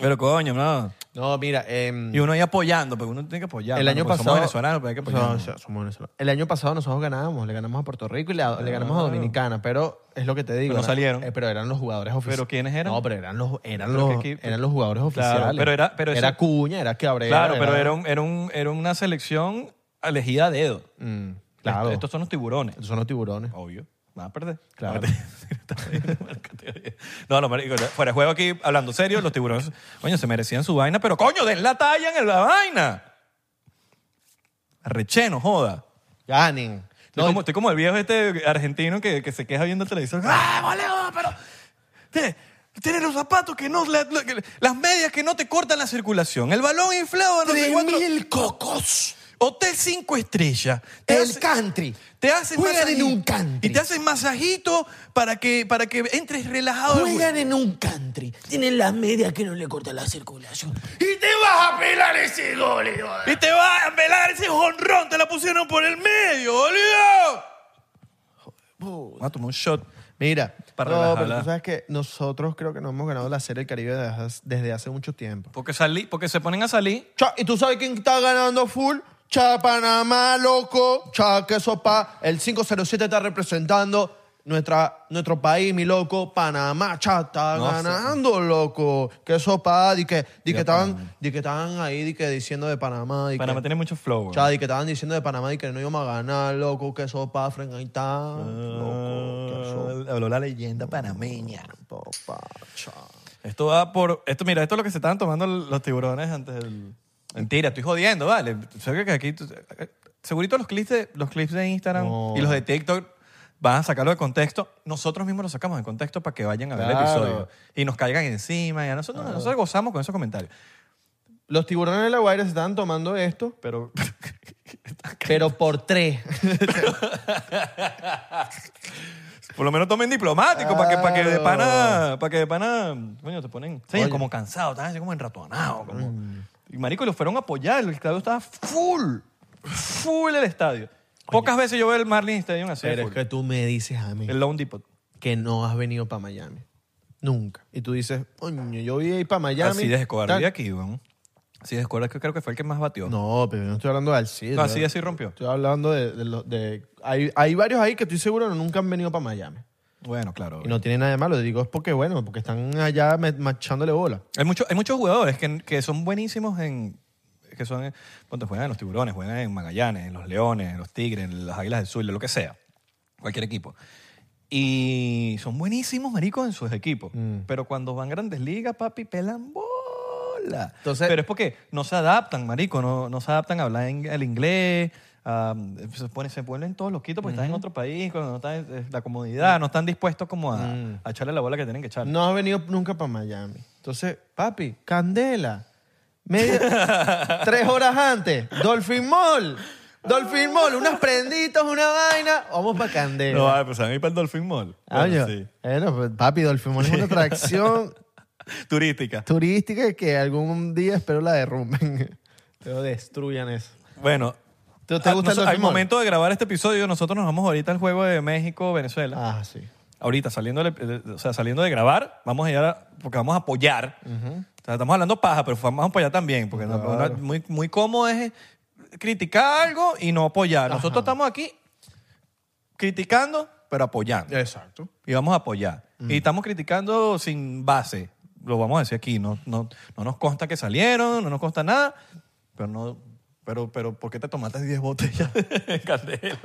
Speaker 2: Pero coño, no.
Speaker 3: No, mira. em,
Speaker 2: Y uno ahí apoyando, pero uno tiene que apoyar.
Speaker 3: el
Speaker 2: mano,
Speaker 3: año
Speaker 2: porque
Speaker 3: pasado.
Speaker 2: Somos venezolanos, pues, pero hay que apoyar.
Speaker 3: No, o sea, somos venezolanos. El año pasado nosotros ganábamos. Le ganamos a Puerto Rico y le, le ganamos a
Speaker 2: Claro.
Speaker 3: Dominicana. Pero es lo que te
Speaker 2: Pero
Speaker 3: digo.
Speaker 2: no
Speaker 3: era-
Speaker 2: salieron.
Speaker 3: eh, pero eran los jugadores oficiales.
Speaker 2: ¿Pero quiénes eran?
Speaker 3: No, pero eran los, eran
Speaker 2: Pero
Speaker 3: los,
Speaker 2: qué equipo.
Speaker 3: eran los jugadores
Speaker 2: Claro,
Speaker 3: oficiales.
Speaker 2: pero era- pero eso-
Speaker 3: Cuña, era Cabrera.
Speaker 2: claro, pero era, un- era, un- era una selección elegida a dedo.
Speaker 3: Mm, claro.
Speaker 2: Esto- Este, estos son Oh. los tiburones.
Speaker 3: Estos son los tiburones.
Speaker 2: Obvio. Van a perder.
Speaker 3: Claro.
Speaker 2: no, no, marico, fuera de juego aquí, hablando serio, los tiburones, coño, se merecían su vaina, pero coño, den la talla en la vaina. Recheno, joda.
Speaker 3: Ganen.
Speaker 2: Estoy, como, estoy como el viejo este argentino que, que se queja viendo el televisor. ¡Ah, boludo! Pero. Tiene, tiene los zapatos que no. la- la- que- las medias que no te cortan la circulación. El balón inflado. No sé cuánto.
Speaker 3: cocos.
Speaker 2: Hotel 5 estrellas. Te hace-
Speaker 3: country.
Speaker 2: Te hacen
Speaker 3: Juegan
Speaker 2: masajito-
Speaker 3: en un country.
Speaker 2: Y te hacen masajito para que, para que entres relajado. al juego.
Speaker 3: en un country. Tienen las medias que no le corta la circulación.
Speaker 2: Y te vas a pelar ese gol. Y te vas a pelar ese ¡Vale, honrón! ¡Te la pusieron por el medio, boludo! Vamos a tomar un shot.
Speaker 3: Mira,
Speaker 2: Para
Speaker 3: no,
Speaker 2: relajarla.
Speaker 3: pero tú sabes que nosotros creo que no hemos ganado la Serie del Caribe desde hace- desde hace mucho tiempo.
Speaker 2: Porque, salí, porque se ponen a salir.
Speaker 3: Cha, ¿Y tú sabes quién está ganando full? Cha Panamá, loco. Cha, que sopa. El 507 está representando nuestra, nuestro país, mi loco. Panamá, cha, está
Speaker 2: No,
Speaker 3: ganando, loco. Que sopa. Di que, di que,
Speaker 2: Ya,
Speaker 3: estaban, di que estaban ahí di que diciendo de Panamá. Di
Speaker 2: Panamá
Speaker 3: que,
Speaker 2: tiene mucho flow.
Speaker 3: Cha, di que estaban diciendo de Panamá y que no íbamos a ganar, loco. Que sopa, frengaitá. Ah, Loco, que sopa,
Speaker 2: Ah, Habló la leyenda panameña.
Speaker 3: pa, cha.
Speaker 2: Esto va por. Esto, mira, esto es lo que se estaban tomando los tiburones antes del. Mentira, estoy jodiendo, vale. Seguro que aquí. tú- Segurito los clips de, los clips de Instagram
Speaker 3: No.
Speaker 2: y los de TikTok van a sacarlo de contexto. Nosotros mismos lo sacamos de contexto para que vayan a ver el
Speaker 3: Claro.
Speaker 2: episodio y nos caigan encima. Y a nosotros, nosotros gozamos con esos comentarios.
Speaker 3: Los tiburones de la Guaira se estaban tomando esto,
Speaker 2: Pero.
Speaker 3: pero por tres.
Speaker 2: Por lo menos tomen diplomático para que, para que de
Speaker 3: Claro.
Speaker 2: pana, para que de pana, coño, te ponen sí,
Speaker 3: Oye. Mm.
Speaker 2: como cansado, están así como enratonados. Como... Y marico, y los fueron a apoyar, el estadio estaba full, full el estadio. Pocas veces yo veo el Marlin Stadium así. de
Speaker 3: Pero es
Speaker 2: full.
Speaker 3: que tú me dices a mí
Speaker 2: El Lone Depot.
Speaker 3: que no has venido para Miami. Nunca. Y tú dices, coño, yo voy a ir para Miami.
Speaker 2: Así de Escobar
Speaker 3: Tal.
Speaker 2: de aquí, weón. Así de Escobar que creo que fue el que más batió.
Speaker 3: No, pero yo no estoy hablando de Alcides.
Speaker 2: No, Alcides sí rompió.
Speaker 3: Estoy hablando de... de los- de- hay, hay varios ahí que estoy seguro que nunca han venido para Miami.
Speaker 2: Bueno, claro.
Speaker 3: Y no tiene nada de malo. Digo, es porque, bueno, porque están allá me- machándole bola.
Speaker 2: Hay, mucho- hay muchos jugadores que, que son buenísimos en. que son. Ponte, juegan en los tiburones, juegan en Magallanes, en los leones, en los tigres, en las águilas del sur, lo que sea. Cualquier equipo. Y son buenísimos, maricos, en sus equipos. Pero cuando van a grandes ligas, papi, pelan bola.
Speaker 3: Entonces-
Speaker 2: Pero es porque no se adaptan, marico. No, no se adaptan a hablar en, el inglés. a- se, pone, se vuelven todos loquitos porque están en otro país, cuando no están, eh, la comodidad, no están dispuestos como a, a echarle la bola que tienen que echar.
Speaker 3: No has venido nunca para Miami. Entonces, papi, candela. Media- tres horas antes. Dolphin Mall. Dolphin Mall. Unas prenditas, una vaina. Vamos para candela.
Speaker 2: No, vale, pues a mí para el Dolphin Mall.
Speaker 3: Coño,
Speaker 2: Bueno, sí.
Speaker 3: bueno, pues, papi, Dolphin Mall es una atracción
Speaker 2: Turística.
Speaker 3: turística que algún día espero la derrumben. Pero destruyan eso.
Speaker 2: Bueno.
Speaker 3: ¿Te- te
Speaker 2: a-
Speaker 3: gusta el
Speaker 2: noso-
Speaker 3: Dolphin
Speaker 2: al
Speaker 3: Mall?
Speaker 2: momento de grabar este episodio, nosotros nos vamos ahorita al juego de México-Venezuela.
Speaker 3: Ah, sí.
Speaker 2: Ahorita, saliendo, del- de- de- o sea, saliendo de grabar, vamos a llegar a- porque vamos a apoyar. O sea, estamos hablando paja, pero vamos a apoyar también, porque no- no- muy, muy cómodo es criticar algo y no apoyar. Nosotros estamos aquí criticando, pero apoyando.
Speaker 3: Exacto.
Speaker 2: y vamos a apoyar.
Speaker 3: Mm.
Speaker 2: Y estamos criticando sin base, lo vamos a decir aquí. No, no, no nos consta que salieron, no nos consta nada, pero no. Pero, pero, ¿por qué te tomaste 10 botellas de candela?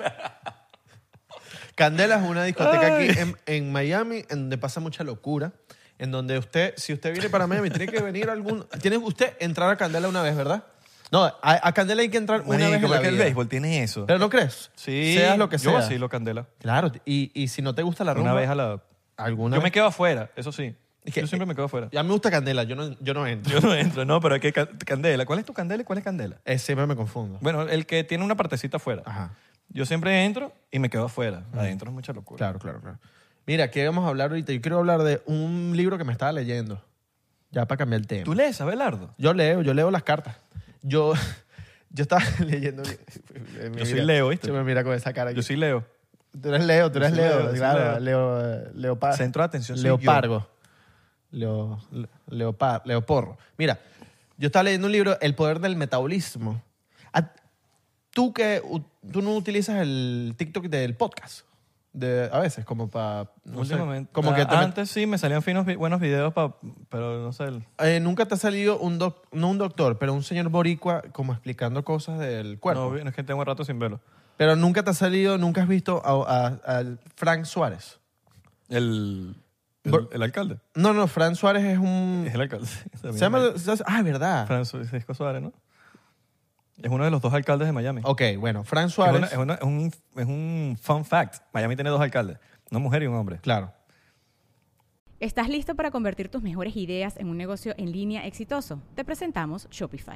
Speaker 3: Candela es una discoteca aquí en, en Miami en donde pasa mucha locura. En donde usted, si usted viene para Miami, tiene que venir algún. Tiene usted entrar a Candela una vez, ¿verdad? No, a, a Candela hay que entrar una
Speaker 2: Marico,
Speaker 3: vez en la
Speaker 2: porque el
Speaker 3: vida.
Speaker 2: béisbol tiene eso.
Speaker 3: ¿Pero no crees?
Speaker 2: sí.
Speaker 3: Seas lo que
Speaker 2: Yo
Speaker 3: sea.
Speaker 2: vacilo candela.
Speaker 3: Claro, y, y si no te gusta la rumba.
Speaker 2: Una vez a la...
Speaker 3: Alguna
Speaker 2: Yo
Speaker 3: vez-
Speaker 2: me quedo afuera, eso sí.
Speaker 3: Es que- eh,
Speaker 2: yo siempre me quedo afuera.
Speaker 3: Ya me gusta Candela, yo no, yo no entro.
Speaker 2: Yo no entro, no, pero es que ca- candela. ¿Cuál es tu candela y cuál es candela?
Speaker 3: Eh, siempre me confundo.
Speaker 2: Bueno, el que tiene una partecita afuera.
Speaker 3: Ajá.
Speaker 2: Yo siempre entro y me quedo afuera. Adentro es mucha locura.
Speaker 3: Claro, claro, claro. Mira, ¿qué vamos a hablar ahorita? Yo quiero hablar de un libro que me estaba leyendo. Ya para cambiar el tema.
Speaker 2: ¿Tú lees, Abelardo?
Speaker 3: Yo leo, yo leo las cartas. Yo, yo estaba leyendo. me
Speaker 2: Yo soy Leo, ¿viste?
Speaker 3: Yo me mira con esa cara. aquí.
Speaker 2: Yo sí leo.
Speaker 3: Tú eres Leo, tú eres
Speaker 2: soy
Speaker 3: Leo,
Speaker 2: Leo, yo
Speaker 3: claro.
Speaker 2: soy
Speaker 3: Leo, eh, Leopa-
Speaker 2: Centro de atención soy
Speaker 3: Leopargo. Leo, le- leopa- Leoporro. Mira, yo estaba leyendo un libro, El poder del metabolismo. A- Tú que u- tú no utilizas el TikTok del podcast. De, a veces, como para.
Speaker 2: Últimamente.
Speaker 3: como
Speaker 2: Ah,
Speaker 3: que te met-
Speaker 2: antes sí me salían finos, vi- buenos videos, pa- pero no sé. el-
Speaker 3: Eh, nunca te ha salido un doc- no un doctor, pero un señor boricua como explicando cosas del
Speaker 2: No,
Speaker 3: cuerpo.
Speaker 2: vi- es que tengo rato sin verlo.
Speaker 3: pero nunca te ha salido, nunca has visto a, a- al Frank Suárez.
Speaker 2: El, el,
Speaker 3: Bor-
Speaker 2: el alcalde.
Speaker 3: No, no, Frank Suárez es un.
Speaker 2: Es el alcalde.
Speaker 3: se llama- se- ah, es verdad.
Speaker 2: Francisco Suárez, ¿no? Es uno de los dos alcaldes de Miami.
Speaker 3: ok, bueno, Frank
Speaker 2: Es,
Speaker 3: Oh, Suárez.
Speaker 2: una- es una- es un, es un fun fact. Miami tiene dos alcaldes, una mujer y un hombre.
Speaker 3: Claro.
Speaker 4: ¿Estás listo para convertir tus mejores ideas en un negocio en línea exitoso? Te presentamos Shopify.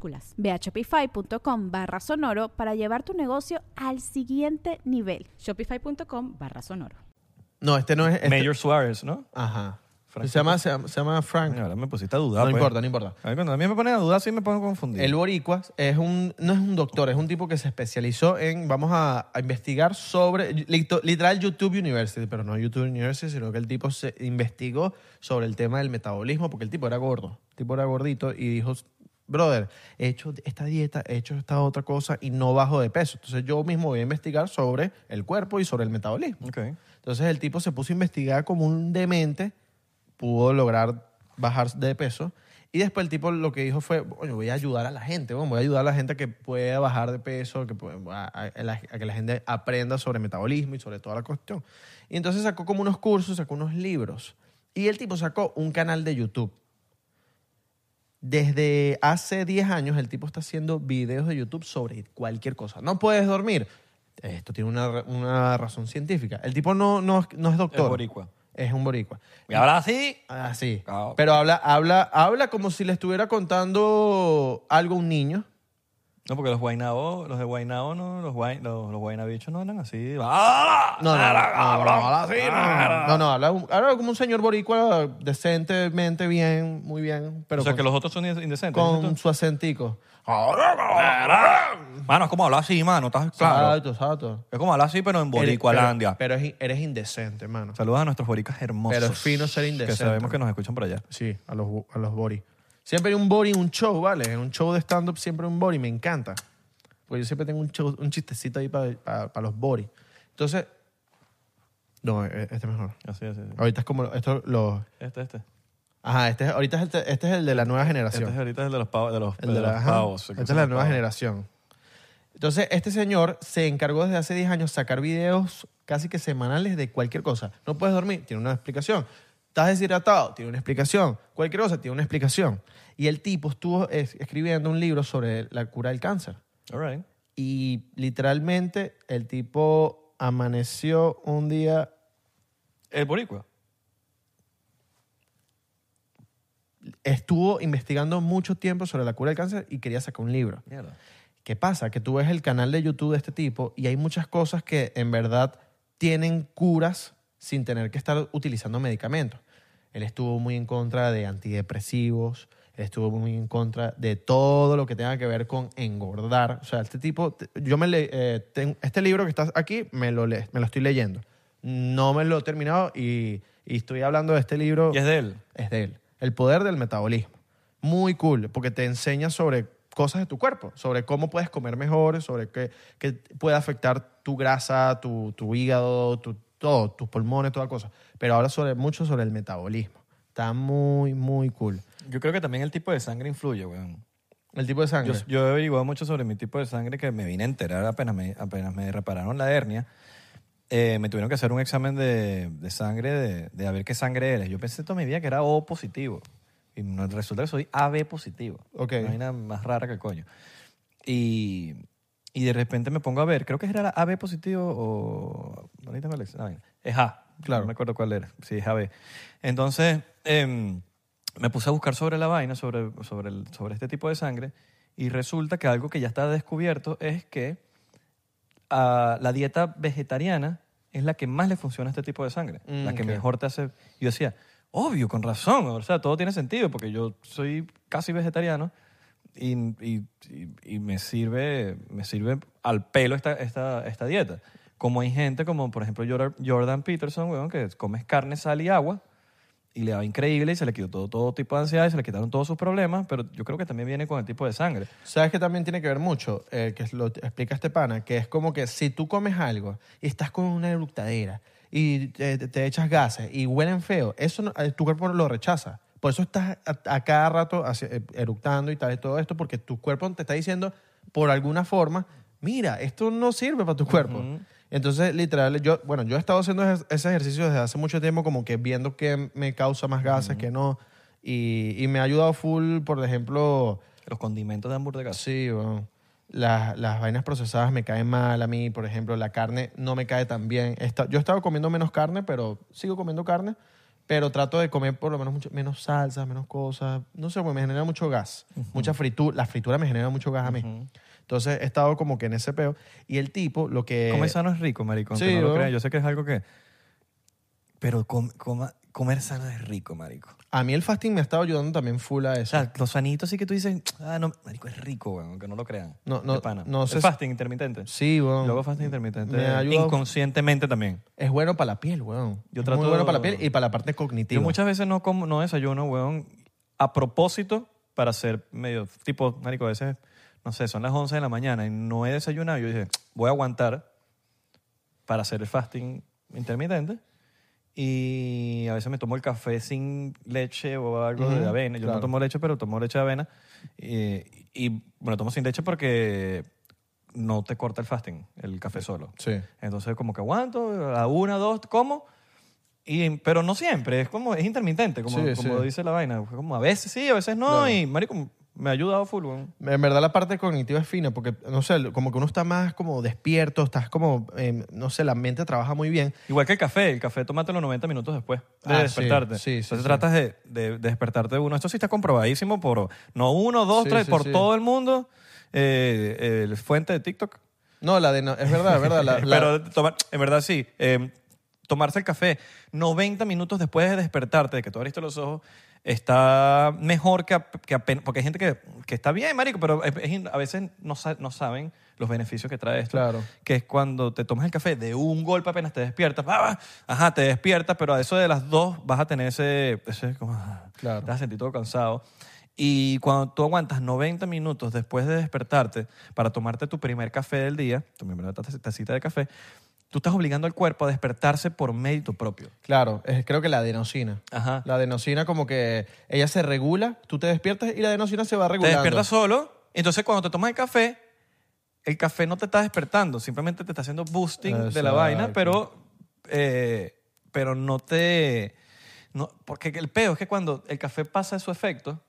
Speaker 5: Ve a shopify.com barra sonoro para llevar tu negocio al siguiente nivel.
Speaker 4: Shopify.com barra sonoro.
Speaker 3: No, este no es. este-
Speaker 2: Mayor Suárez, ¿no?
Speaker 3: Ajá.
Speaker 2: Frank.
Speaker 3: Se llama, se, llama, se llama Frank.
Speaker 2: Ay, ahora me pusiste a dudar.
Speaker 3: No
Speaker 2: pues.
Speaker 3: importa, no importa.
Speaker 2: A mí cuando a mí me ponen a dudar, sí me pongo confundido.
Speaker 3: El boricua es un, no es un doctor, es un tipo que se especializó en, vamos a, a investigar sobre, lit- literal YouTube University, pero no YouTube University, sino que el tipo se investigó sobre el tema del metabolismo, porque el tipo era gordo, el tipo era gordito y dijo, brother, he hecho esta dieta, he hecho esta otra cosa y no bajo de peso. Entonces yo mismo voy a investigar sobre el cuerpo y sobre el metabolismo.
Speaker 2: Ok.
Speaker 3: Entonces el tipo se puso a investigar como un demente, pudo lograr bajar de peso. Y después el tipo lo que dijo fue, "Coño, voy a ayudar a la gente, bueno, voy a ayudar a la gente que pueda bajar de peso, que pueda- a, a la- a que la gente aprenda sobre metabolismo y sobre toda la cuestión. Y entonces sacó como unos cursos, sacó unos libros. Y el tipo sacó un canal de YouTube. Desde hace 10 años el tipo está haciendo videos de YouTube sobre cualquier cosa. No puedes dormir. Esto tiene una, ra- una razón científica. El tipo no, no, no es doctor.
Speaker 2: Es boricua.
Speaker 3: Es un boricua.
Speaker 2: Y ahora sí.
Speaker 3: Ah, sí.
Speaker 2: Ah.
Speaker 3: Pero habla, habla, habla como si le estuviera contando algo a un niño.
Speaker 2: No, porque los guainao, los de guainao, no, los, guay, los, los guainabichos no eran así. ¡Ah!
Speaker 3: No, no, no,
Speaker 2: ¡Ah,
Speaker 3: no, no,
Speaker 2: cabrón!
Speaker 3: habla así, no, no, no, no, habla, un- habla como un señor boricua decentemente bien, muy bien,
Speaker 2: o
Speaker 3: pero
Speaker 2: sea,
Speaker 3: con,
Speaker 2: que los otros son indecentes.
Speaker 3: con Ah, su acentico.
Speaker 2: Mano, es como hablar así, mano. Estás claro.
Speaker 3: Exacto, exacto.
Speaker 2: Es como hablar así, pero en
Speaker 3: Pero,
Speaker 2: Boricualandia.
Speaker 3: pero es- eres indecente, hermano.
Speaker 2: Saludos a nuestros boricas hermosos.
Speaker 3: Pero es fino ser
Speaker 2: Que
Speaker 3: indecente.
Speaker 2: sabemos que nos escuchan por allá.
Speaker 3: Sí, a los, a los bori. Siempre hay un bori, un show, ¿vale? En un show de stand-up siempre hay un bori, me encanta. Porque yo siempre tengo un, show, un chistecito ahí para los bori. Entonces, no, eh, este es mejor.
Speaker 2: Así, así. así.
Speaker 3: Ahorita es como esto, los...
Speaker 2: Este, este.
Speaker 3: Ajá, este, es- ahorita es el, te- este es el de la nueva generación.
Speaker 2: Este es ahorita el de los pavos. De los,
Speaker 3: El de la-
Speaker 2: los
Speaker 3: ajá.
Speaker 2: pavos.
Speaker 3: Esta es la nueva generación. Entonces, este señor se encargó desde hace 10 años sacar videos casi que semanales de cualquier cosa. No puedes dormir, tiene una explicación. Estás deshidratado, tiene una explicación. Cualquier cosa, tiene una explicación. Y el tipo estuvo es- escribiendo un libro sobre la cura del cáncer.
Speaker 2: All right.
Speaker 3: Y literalmente el tipo amaneció un día
Speaker 2: El boricua.
Speaker 3: estuvo investigando mucho tiempo sobre la cura del cáncer y quería sacar un libro.
Speaker 2: Mierda.
Speaker 3: ¿Qué pasa? Que tú ves el canal de YouTube de este tipo y hay muchas cosas que en verdad tienen curas sin tener que estar utilizando medicamentos. Él estuvo muy en contra de antidepresivos, él estuvo muy en contra de todo lo que tenga que ver con engordar. O sea, este tipo, te- yo me le- eh, ten- este libro que está aquí me lo, le- me lo estoy leyendo. No me lo he terminado y, y estoy hablando de este libro
Speaker 2: Y es de él.
Speaker 3: es de él. El poder del metabolismo. Muy cool, porque te enseña sobre cosas de tu cuerpo, sobre cómo puedes comer mejor, sobre qué, qué puede afectar tu grasa, tu, tu hígado, tu, todo, tus pulmones, toda cosa. Pero habla sobre, mucho sobre el metabolismo. Está muy, muy cool.
Speaker 2: Yo creo que también el tipo de sangre influye, weón.
Speaker 3: El tipo de
Speaker 2: Yo,
Speaker 3: sangre.
Speaker 2: yo he averiguado mucho sobre mi tipo de sangre que me vine a enterar apenas me, apenas me repararon la hernia. Eh, me tuvieron que hacer un examen de, de sangre, de, de a ver qué sangre eres. Yo pensé toda mi vida que era O positivo. Y no- resulta que soy AB positivo.
Speaker 3: Ok.
Speaker 2: Una vaina más rara que el coño. Y, y de repente me pongo a ver, creo que era AB positivo o... Ahorita me lo- no, venga. es A.
Speaker 3: Claro.
Speaker 2: No me acuerdo cuál era. Sí, es AB. Entonces, em, me puse a buscar sobre la vaina, sobre, sobre, el- sobre este tipo de sangre, y resulta que algo que ya está descubierto es que ah, la dieta vegetariana es la que más le funciona a este tipo de sangre, la que mejor te hace... Yo decía, obvio, con razón, o sea, todo tiene sentido, porque yo soy casi vegetariano y, y- y- y me, sirve, me sirve al pelo esta, esta, esta dieta. Como hay gente como, por ejemplo, Jordan- Jordan Peterson, weón, que comes carne, sal y agua, y le va increíble y se le quitó todo, todo tipo de ansiedad y se le quitaron todos sus problemas, pero yo creo que también viene con el tipo de sangre.
Speaker 3: ¿Sabes que también tiene que ver mucho? Eh, que lo explica este pana, que es como que si tú comes algo y estás con una eructadera y te, te- te echas gases y huelen feo, eso no- eh, tu cuerpo lo rechaza. Por eso estás a, a cada rato hacia- eh, eructando y tal y todo esto, porque tu cuerpo te está diciendo por alguna forma, mira, esto no sirve para tu cuerpo. Entonces, literal, yo, bueno, yo he estado haciendo ese ese ejercicio desde hace mucho tiempo, como que viendo qué me causa más gases, qué no. Y, y me ha ayudado full, por ejemplo,
Speaker 2: Los condimentos de hamburguesas.
Speaker 3: Sí, weón. Las, las vainas procesadas me caen mal a mí, por ejemplo, la carne no me cae tan bien. Esta- yo he estado comiendo menos carne, pero sigo comiendo carne, pero trato de comer por lo menos mucho- menos salsas, menos cosas. No sé, porque me genera mucho gas. Mucha fritura. La fritura me genera mucho gas a mí. Entonces he estado como que en ese peo. Y el tipo, lo que...
Speaker 2: Comer sano es rico, maricón.
Speaker 3: Eh, sí,
Speaker 2: que no lo
Speaker 3: ¿no?
Speaker 2: crean. Yo sé que es algo que... Pero com- coma- comer sano es rico, marico.
Speaker 3: A mí el fasting me ha estado ayudando también full a
Speaker 2: O
Speaker 3: eso.
Speaker 2: sea, los sanitos sí que tú dices, ah, no, marico, es rico, weón, aunque no lo crean.
Speaker 3: No, no,
Speaker 2: De pana.
Speaker 3: no
Speaker 2: El
Speaker 3: sé si-
Speaker 2: fasting intermitente.
Speaker 3: Sí, weón.
Speaker 2: Luego fasting intermitente.
Speaker 3: Me ha ayudado-
Speaker 2: Inconscientemente también.
Speaker 3: Es bueno para la piel, weón.
Speaker 2: Yo
Speaker 3: Es
Speaker 2: trato-
Speaker 3: Muy bueno para la piel y para la parte cognitiva.
Speaker 2: Yo muchas veces no, como, no desayuno, weón, a propósito para ser medio, tipo, marico, a veces, no sé, son las 11 de la mañana y no he desayunado. Yo dije, voy a aguantar para hacer el fasting intermitente. Y a veces me tomo el café sin leche o algo de avena. Yo no
Speaker 3: claro.
Speaker 2: tomo leche, pero tomo leche de avena. Eh, y bueno, tomo sin leche porque no te corta el fasting, el café solo.
Speaker 3: Sí.
Speaker 2: Entonces, como que aguanto, a una, dos, como. Y, pero no siempre, es como es intermitente, como,
Speaker 3: Sí,
Speaker 2: como
Speaker 3: sí.
Speaker 2: dice la vaina. Como a veces sí, a veces no. Y marico, me ha ayudado full. weón.
Speaker 3: En verdad la parte cognitiva es fina porque, no sé, como que uno está más como despierto, estás como, eh, no sé, la mente trabaja muy bien.
Speaker 2: Igual que el café, el café tómatelo 90 minutos después de
Speaker 3: Ah, sí,
Speaker 2: despertarte.
Speaker 3: sí, sí,
Speaker 2: Entonces
Speaker 3: sí.
Speaker 2: tratas de, de- de despertarte uno. Esto sí está comprobadísimo por, no uno, dos,
Speaker 3: Sí,
Speaker 2: tres,
Speaker 3: sí,
Speaker 2: por
Speaker 3: sí.
Speaker 2: todo el mundo. Eh, el fuente de TikTok.
Speaker 3: No, la de... no- es verdad, es verdad. La, la-
Speaker 2: Pero tomar, en verdad sí. eh, tomarse el café 90 minutos después de despertarte, de que tú abriste los ojos, está mejor que, ap- que apenas. Porque hay gente que, que está bien, marico, pero es- es in- a veces no, sa- no saben los beneficios que trae esto.
Speaker 3: Claro.
Speaker 2: Que es cuando te tomas el café de un golpe apenas te despiertas. ¡ah, ah! Ajá, te despiertas, pero a eso de las dos vas a tener ese. ese como, ah,
Speaker 3: Claro.
Speaker 2: te vas a sentir todo cansado. Y cuando tú aguantas 90 minutos después de despertarte para tomarte tu primer café del día, tu primera taza- tacita de café, tú estás obligando al cuerpo a despertarse por mérito propio.
Speaker 3: claro, es- creo que la adenosina.
Speaker 2: Ajá.
Speaker 3: La adenosina como que ella se regula, tú te despiertas y la adenosina se va
Speaker 2: Te
Speaker 3: regulando.
Speaker 2: despiertas solo, entonces cuando te tomas el café, el café no te está despertando, simplemente te está haciendo boosting de la
Speaker 3: Exacto.
Speaker 2: vaina, pero, eh, pero no te... No, porque el peo es que cuando el café pasa de su efecto,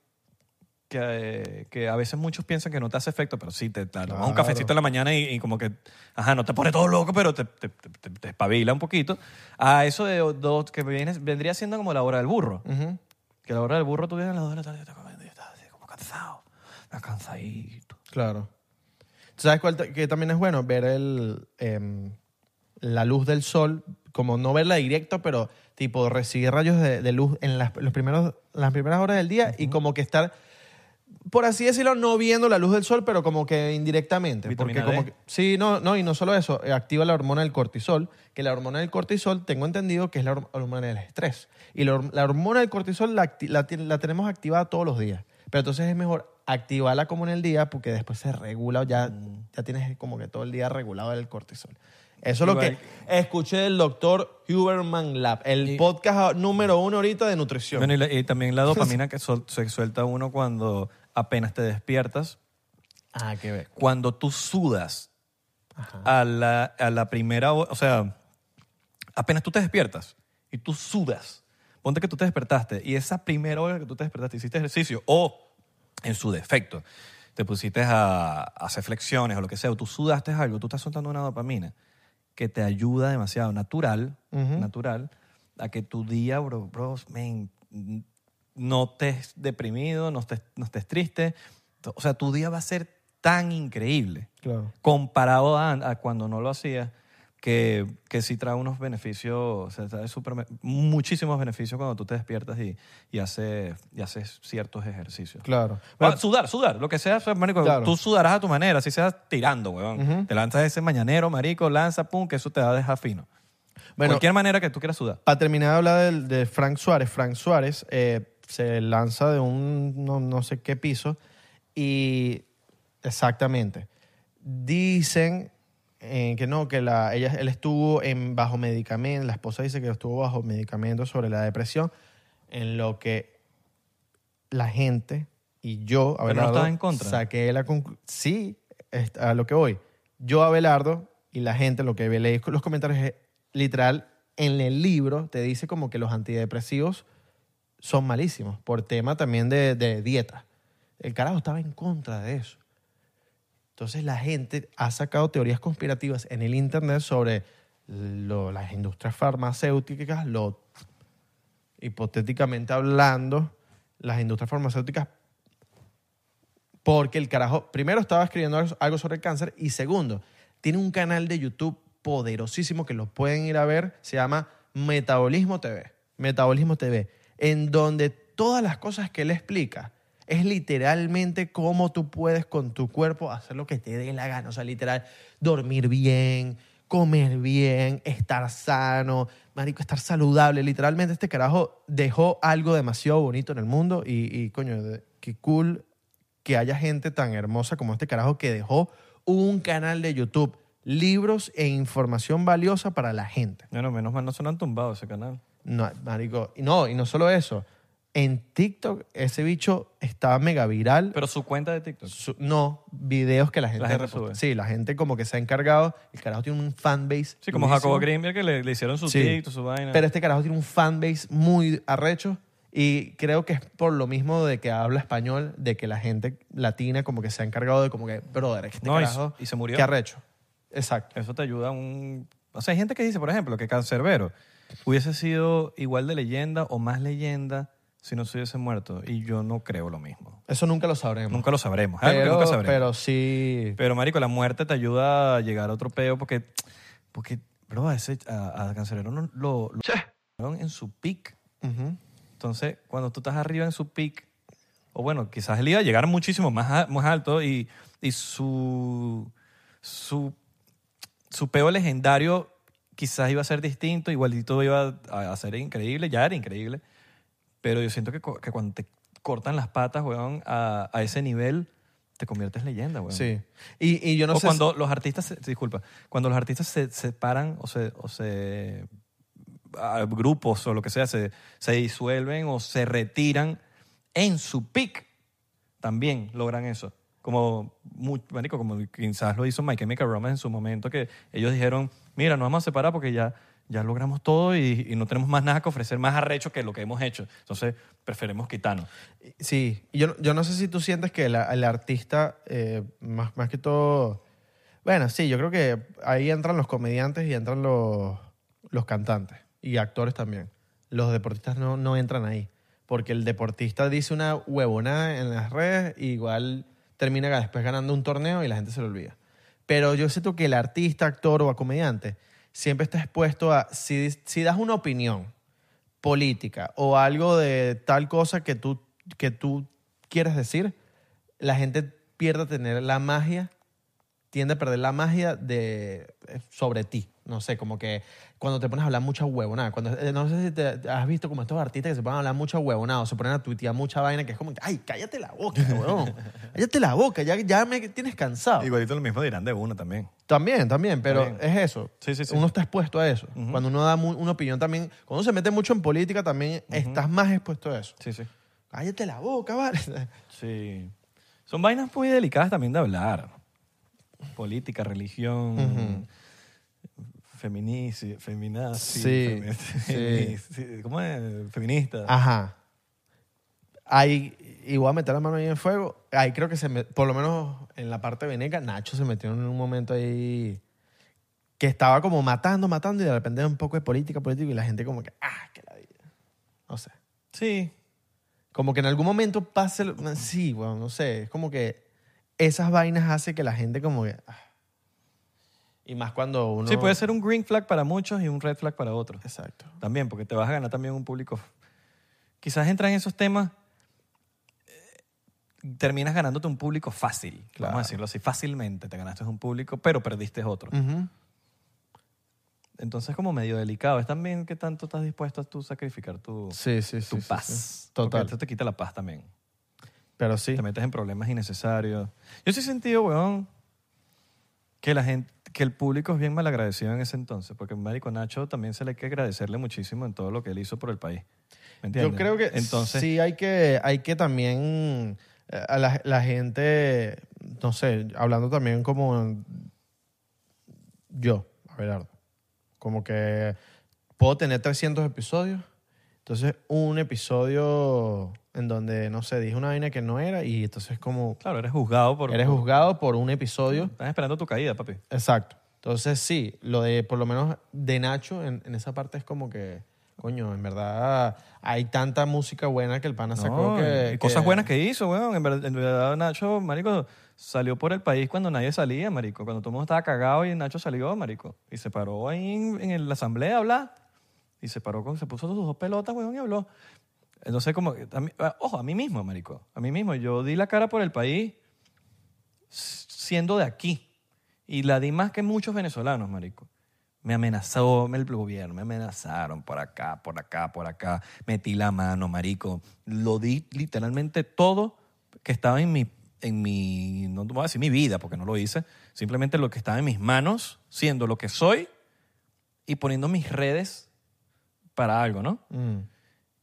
Speaker 2: que, eh, que a veces muchos piensan que no te hace efecto, pero sí, te, te tomas un
Speaker 3: Claro.
Speaker 2: cafecito en la mañana y, y como que, ajá, no te pone todo loco, pero te, te, te- te- te espabila un poquito. A eso de dos, que viene- vendría siendo como la hora del burro. Que a la hora del burro tú vienes a las dos de la tarde y estás comiendo y estás así como cansado, estás cansadito.
Speaker 3: Claro. ¿Tú ¿Sabes cuál t- que también es bueno? Ver el, em, la luz del sol, como no verla directo, pero tipo recibir rayos de, de luz en las, los primeros, las primeras horas del día y como que estar, por así decirlo, no viendo la luz del sol, pero como que indirectamente.
Speaker 2: Vitamina
Speaker 3: porque como
Speaker 2: D.
Speaker 3: que- sí, no, no, y no solo eso, eh, activa la hormona del cortisol, que la hormona del cortisol, tengo entendido que es la hor- hormona del estrés. Y la, hor- la hormona del cortisol la, acti- la ti- la tenemos activada todos los días. Pero entonces es mejor activarla como en el día porque después se regula, ya,
Speaker 2: Mm.
Speaker 3: ya tienes como que todo el día regulado el cortisol. Eso es lo que
Speaker 2: Igual-
Speaker 3: escuché del doctor Huberman Lab, el podcast número uno ahorita de nutrición.
Speaker 2: Bueno, y, la- y también la dopamina que sol- se suelta uno cuando apenas te despiertas,
Speaker 3: ah, qué ver.
Speaker 2: cuando tú sudas a la, a la primera hora, o sea, apenas tú te despiertas y tú sudas, ponte que tú te despertaste y esa primera hora que tú te despertaste hiciste ejercicio o en su defecto te pusiste a, a hacer flexiones o lo que sea, o tú sudaste algo, tú estás soltando una dopamina que te ayuda demasiado, natural, natural, a que tu día, bro, bros, men, no estés deprimido, no estés, no estés triste. O sea, tu día va a ser tan increíble
Speaker 3: Claro.
Speaker 2: comparado a, a cuando no lo hacía, que, que sí trae unos beneficios, o sea, trae superme- muchísimos beneficios cuando tú te despiertas y, y, haces, y haces ciertos ejercicios.
Speaker 3: Claro.
Speaker 2: Ah, sudar, sudar, lo que sea, o sea, marico,
Speaker 3: Claro.
Speaker 2: tú sudarás a tu manera, así seas tirando, weón. Te lanzas ese mañanero, marico, lanza, pum, que eso te va a dejar fino.
Speaker 3: Bueno,
Speaker 2: Cualquier manera que tú quieras sudar.
Speaker 3: Para terminar de hablar del- de, Frank Suárez, Frank Suárez eh, se lanza de un no, no sé qué piso y exactamente. Dicen eh, que no, que la, ella, él estuvo en bajo medicamento, la esposa dice que estuvo bajo medicamento sobre la depresión, en lo que la gente y yo,
Speaker 2: no
Speaker 3: Abelardo,
Speaker 2: estabas en contra.
Speaker 3: saqué la conclusión. Sí, est- a lo que voy. Yo, Abelardo, y la gente, lo que leí con los comentarios es literal, en el libro te dice como que los antidepresivos son malísimos por tema también de, de dieta. El carajo estaba en contra de eso. Entonces la gente ha sacado teorías conspirativas en el internet sobre lo- las industrias farmacéuticas, lo, hipotéticamente hablando, las industrias farmacéuticas, porque el carajo, primero estaba escribiendo algo- algo sobre el cáncer y segundo, tiene un canal de YouTube poderosísimo que lo pueden ir a ver, se llama Metabolismo TV, Metabolismo TV, en donde todas las cosas que él explica es literalmente cómo tú puedes con tu cuerpo hacer lo que te dé la gana, o sea, literal, dormir bien, comer bien, estar sano, marico, estar saludable. Literalmente este carajo dejó algo demasiado bonito en el mundo y, y, coño, de- qué cool que haya gente tan hermosa como este carajo que dejó un canal de YouTube, libros e información valiosa para la gente.
Speaker 2: Bueno, menos mal no se lo han tumbado ese canal.
Speaker 3: No, marico, y no, y no solo eso. En TikTok ese bicho estaba mega viral.
Speaker 2: Pero su cuenta de TikTok.
Speaker 3: Su- no, videos que la gente,
Speaker 2: gente
Speaker 3: reposta.
Speaker 2: sube.
Speaker 3: Sí, la gente como que se ha encargado. El carajo tiene un fanbase.
Speaker 2: Sí, como
Speaker 3: durísimo.
Speaker 2: Jacobo Greenberg que le, le hicieron su
Speaker 3: Sí.
Speaker 2: TikTok, su vaina.
Speaker 3: Pero este carajo tiene un fanbase muy arrecho y creo que es por lo mismo de que habla español, de que la gente latina como que se ha encargado de como que, brother, este
Speaker 2: No, y se-
Speaker 3: carajo...
Speaker 2: y se murió.
Speaker 3: Qué arrecho. Exacto.
Speaker 2: Eso te ayuda a un... O sea, hay gente que dice, por ejemplo, que Cancerbero hubiese sido igual de leyenda o más leyenda si no se hubiese muerto. Y yo no creo lo mismo.
Speaker 3: Eso nunca lo sabremos.
Speaker 2: Nunca lo sabremos. es algo que
Speaker 3: pero,
Speaker 2: nunca sabremos.
Speaker 3: pero sí...
Speaker 2: Pero, marico, la muerte te ayuda a llegar a otro peo porque, porque bro, a, ese, a, a Cancerbero no- lo, lo mataron en su pick.
Speaker 3: Ujú.
Speaker 2: Entonces, cuando tú estás arriba en su pick, o bueno, quizás él iba a llegar muchísimo más, a- más alto y, y su, su, su peo legendario quizás iba a ser distinto, igualito iba a, a ser increíble, ya era increíble. Pero yo siento que, co- que cuando te cortan las patas, weón, a, a ese nivel, te conviertes en leyenda, weón.
Speaker 3: Sí. Y, y yo no
Speaker 2: o
Speaker 3: sé...
Speaker 2: cuando los artistas, se- disculpa, cuando los artistas se separan o se, o se a grupos o lo que sea, se, se disuelven o se retiran en su pick, también logran eso. Como, mu- marico, como quizás lo hizo My Chemical Romance en su momento, que ellos dijeron, mira, nos vamos a separar porque ya, ya logramos todo y, y no tenemos más nada que ofrecer, más arrecho que lo que hemos hecho. Entonces, preferimos quitarnos.
Speaker 3: Sí, Y yo, no- yo no sé si tú sientes que la- el artista, eh, más, más que todo... Bueno, sí, yo creo que ahí entran los comediantes y entran los, los cantantes y actores también. Los deportistas no, no entran ahí, porque el deportista dice una huevonada en las redes y igual termina ga- después ganando un torneo y la gente se lo olvida. Pero yo siento que el artista, actor o comediante siempre está expuesto a, si, si das una opinión, política o algo de tal cosa que tú, que tú quieres decir, la gente pierde tener la magia, tiende a perder la magia de, eh, sobre ti. No sé, como que cuando te pones a hablar mucha huevonada. Cuando, eh, no sé si te, te has visto como estos artistas que se ponen a hablar mucha huevonada o se ponen a tuitear mucha vaina que es como, ay, cállate la boca, huevón. cállate la boca, ya, ya me tienes cansado.
Speaker 2: Igualito lo mismo dirán de uno también.
Speaker 3: También, también, pero
Speaker 2: También.
Speaker 3: es eso.
Speaker 2: Sí, sí, sí.
Speaker 3: Uno está expuesto a eso. Cuando uno da mu- una opinión también, cuando uno se mete mucho en política también estás más expuesto a eso.
Speaker 2: Sí, sí.
Speaker 3: Cállate la boca, vale.
Speaker 2: Sí. Son vainas muy delicadas también de hablar. Política, religión, feminici- feminazi,
Speaker 3: Sí,
Speaker 2: femi-
Speaker 3: sí. Ah,
Speaker 2: feminici- ¿Cómo es? Feminista.
Speaker 3: Ajá. Ahí, y voy a meter la mano ahí en fuego. Ahí creo que se me- por lo menos en la parte veneca, Nacho se metió en un momento ahí que estaba como matando, matando y de repente un poco de política, política y la gente como que, ah, que la vida. No sé.
Speaker 2: Sí.
Speaker 3: Como que en algún momento pase... lo- Sí, bueno, no sé. Es como que esas vainas hace que la gente como que... ah. Y más cuando uno...
Speaker 2: Sí, puede ser un green flag para muchos y un red flag para otros.
Speaker 3: Exacto.
Speaker 2: También, porque te vas a ganar también un público. Quizás entras en esos temas, eh, terminas ganándote un público fácil,
Speaker 3: Claro.
Speaker 2: vamos a decirlo así, fácilmente. Te ganaste un público, pero perdiste otro.
Speaker 3: Ujú.
Speaker 2: Entonces, como medio delicado. Es también que tanto estás dispuesto a tú sacrificar tu,
Speaker 3: Sí, sí, sí.
Speaker 2: tu
Speaker 3: sí, sí.
Speaker 2: paz.
Speaker 3: Total.
Speaker 2: Porque esto te quita la paz también.
Speaker 3: Pero sí.
Speaker 2: Te metes en problemas innecesarios. Yo sí he sentido, weón, que la gente, que el público es bien malagradecido en ese entonces, porque Marico Nacho también se le hay que agradecerle muchísimo en todo lo que él hizo por el país. ¿Me entiendes?
Speaker 3: Yo creo que
Speaker 2: Entonces,
Speaker 3: sí hay que, hay que también eh, a la, la gente, no sé, hablando también como yo, Abelardo, como que puedo tener 300 episodios, entonces un episodio en donde, no sé, dije una vaina que no era y entonces como
Speaker 2: claro, eres juzgado por.
Speaker 3: eres juzgado por un episodio
Speaker 2: Estás esperando tu caída, papi.
Speaker 3: Exacto. Entonces, sí, lo de, por lo menos de Nacho, en, en esa parte es como que, coño, en verdad hay tanta música buena que el pana sacó
Speaker 2: No,
Speaker 3: que,
Speaker 2: y
Speaker 3: que-
Speaker 2: cosas buenas que hizo, weón. En verdad, en verdad, Nacho, marico, salió por el país cuando nadie salía, marico. Cuando todo el mundo estaba cagado y Nacho salió, marico. Y se paró ahí en, en la asamblea a hablar. Y se paró, con, se puso sus dos pelotas, weón, y habló. Entonces, como, que también- ah, ojo, a mí mismo, marico. A mí mismo. Yo di la cara por el país s- siendo de aquí. Y la di más que muchos venezolanos, marico. Me amenazó el gobierno, me amenazaron por acá, por acá, por acá. Metí la mano, marico. Lo di literalmente todo que estaba en mi, en mi, no voy a decir mi vida porque no lo hice, simplemente lo que estaba en mis manos, siendo lo que soy y poniendo mis redes para algo, ¿no?
Speaker 3: Mm.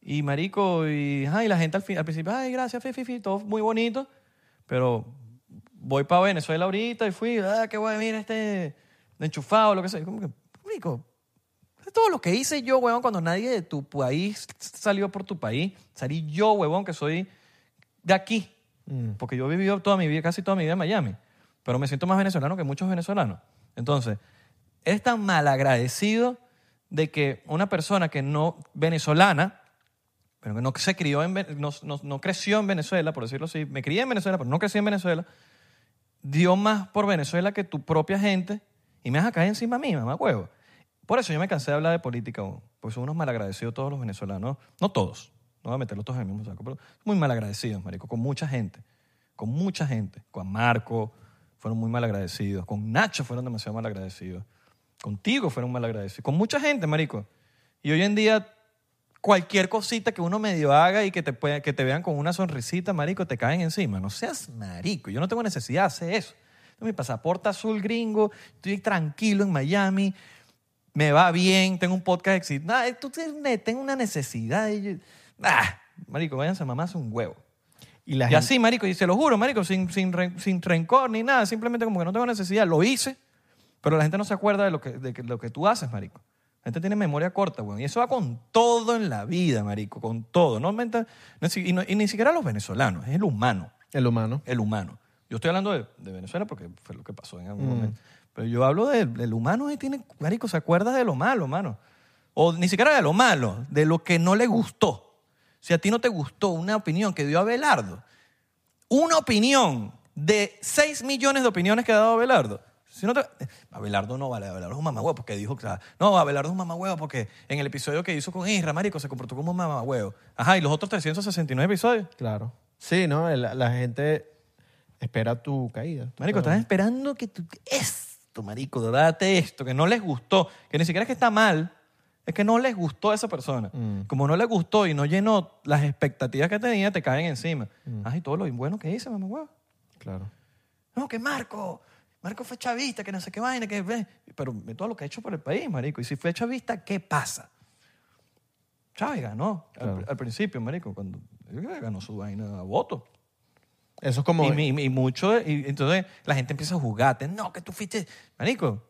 Speaker 2: Y marico, y, ajá, y la gente al, fin- al principio, ay, gracias, Fifi, fi, todo muy bonito. Pero voy para Venezuela ahorita y fui, ah, qué guay, mira este enchufado, lo que sea. Y Como que, marico, todo lo que hice yo, huevón, cuando nadie de tu país salió por tu país, salí yo, huevón, que soy de aquí. Porque yo he vivido toda mi vida, casi toda mi vida en Miami. Pero me siento más venezolano que muchos venezolanos. Entonces, es tan mal agradecido de que una persona que no venezolana, pero que no se crió en Ve- no, no- no creció en Venezuela, por decirlo así, me crié en Venezuela, pero no crecí en Venezuela, dio más por Venezuela que tu propia gente y me vas a caer encima a mí, mamá huevo. Por eso yo me cansé de hablar de política, weón, porque son unos malagradecidos todos los venezolanos, no todos, no voy a meterlos todos en el mismo saco, pero muy malagradecidos, marico, con mucha gente, con mucha gente, con Marco fueron muy malagradecidos, con Nacho fueron demasiado malagradecidos, contigo fueron malagradecidos, con mucha gente, marico. Y hoy en día cualquier cosita que uno medio haga y que te, pueda- que te vean con una sonrisita, marico, te caen encima. No seas marico. Yo no tengo necesidad de hacer eso. Tengo mi pasaporte azul gringo, estoy tranquilo en Miami, me va bien, tengo un podcast exit. Nah, eh, tú tienes ne- tengo una necesidad. y yo- nah, marico, váyanse a mamarse un huevo.
Speaker 3: Y la
Speaker 2: Y
Speaker 3: gente,
Speaker 2: así, marico, y se lo juro, marico, sin, sin, re- sin rencor ni nada, simplemente como que no tengo necesidad, lo hice, pero la gente no se acuerda de lo que, de que- lo que tú haces, marico. La gente tiene memoria corta, weón, y eso va con todo en la vida, marico, con todo. No, menta- no, si- y, no- y ni siquiera los venezolanos, es el humano,
Speaker 3: el humano.
Speaker 2: el humano. Yo estoy hablando de, de Venezuela porque fue lo que pasó en algún momento. Pero yo hablo del del humano y tiene, marico, se acuerda de lo malo, mano. O ni siquiera de lo malo, de lo que no le gustó. Si a ti no te gustó una opinión que dio Abelardo, una opinión de 6 millones de opiniones que ha dado Abelardo. Si no te- eh, Abelardo no vale, Abelardo es un mamagüevo porque dijo, claro, no, Abelardo es un mamagüevo porque en el episodio que hizo con Isra, marico, se comportó como un mamagüevo. Ajá, y los otros 369 episodios.
Speaker 3: Claro. Sí, ¿no? El- la gente espera tu caída.
Speaker 2: Marico, estás esperando que tú, esto, marico, date esto, que no les gustó, que ni siquiera es que está mal, es que no les gustó a esa persona. Como no le gustó y no llenó las expectativas que tenía, te caen encima. Ay, todo lo bueno que hice, mamá huevo.
Speaker 3: Claro.
Speaker 2: No, que Marco, Marco fue chavista, que no sé qué vaina, que ve. Pero ve todo lo que ha hecho por el país, marico. Y si fue chavista, ¿qué pasa? Chávez ganó al- al, principio, marico, cuando él ganó su vaina a voto.
Speaker 3: Eso es como...
Speaker 2: Y, mi- y mucho, y entonces la gente empieza a juzgarte. No, que tú fuiste. Marico,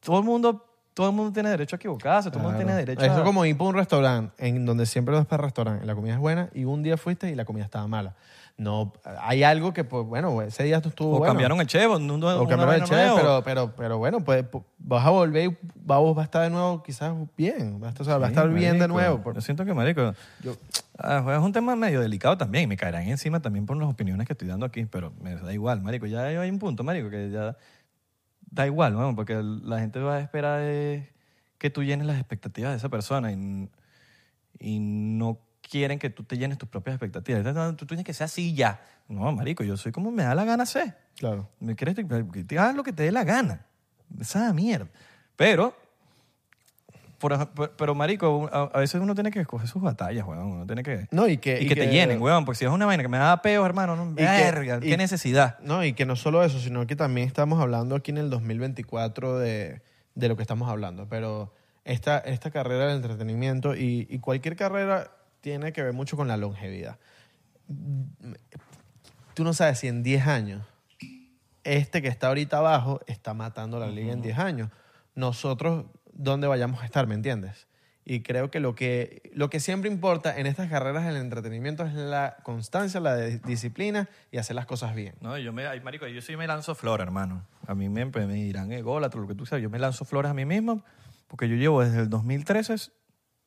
Speaker 2: todo el mundo, todo el mundo tiene derecho a equivocarse, todo el mundo
Speaker 3: Claro.
Speaker 2: tiene derecho
Speaker 3: Eso
Speaker 2: a.
Speaker 3: es como ir por un restaurante en donde siempre vas para el restaurante, la comida es buena y un día fuiste y la comida estaba mala. No, hay algo que, pues, bueno, ese día estuvo
Speaker 2: o
Speaker 3: bueno.
Speaker 2: cambiaron el chevo, un, un-
Speaker 3: O
Speaker 2: una
Speaker 3: cambiaron el
Speaker 2: vaina
Speaker 3: chef,
Speaker 2: nueva, o-
Speaker 3: pero, pero, pero bueno, pues pu- vas a volver y va- vos vas a estar de nuevo quizás bien. Vas a, o sea, vas a estar
Speaker 2: Sí,
Speaker 3: bien de
Speaker 2: marico.
Speaker 3: nuevo. por-
Speaker 2: Yo siento que, marico, ah, es un tema medio delicado también y me caerán encima también por las opiniones que estoy dando aquí, pero me da igual, marico. Ya hay hay un punto, marico, que ya da igual, vamos, porque la gente va a esperar eh, que tú llenes las expectativas de esa persona y, n- y no quieren que tú te llenes tus propias expectativas. Entonces, no, Tú, tú tienes que ser así ya. No, marico, yo soy como me da la gana ser.
Speaker 3: Claro.
Speaker 2: Me quieres, que te hagas lo que te dé la gana. Esa mierda. Pero por ej- por- pero, marico, a, a veces uno tiene que escoger sus batallas, weón. Uno tiene que...
Speaker 3: No, y que-
Speaker 2: y
Speaker 3: y
Speaker 2: que te
Speaker 3: que-
Speaker 2: llenen, weón. Porque si es una vaina que me da peos, hermano, no,
Speaker 3: que-
Speaker 2: verga,
Speaker 3: y-
Speaker 2: qué necesidad.
Speaker 3: No, y que no solo eso, sino que también estamos hablando aquí en el 2024 de, de lo que estamos hablando. Pero esta, esta carrera del entretenimiento y, y cualquier carrera tiene que ver mucho con la longevidad. Tú no sabes si en 10 años este que está ahorita abajo está matando la liga en 10 años. Nosotros, ¿dónde vayamos a estar? ¿Me entiendes? Y creo que lo que, lo que siempre importa en estas carreras del entretenimiento es la constancia, la de- disciplina y hacer las cosas bien.
Speaker 2: No, yo me, ay, marico, yo sí me lanzo flores, hermano. A mí me, me dirán ególatra, lo que tú sabes. Yo me lanzo flores a mí mismo porque yo llevo desde el 2013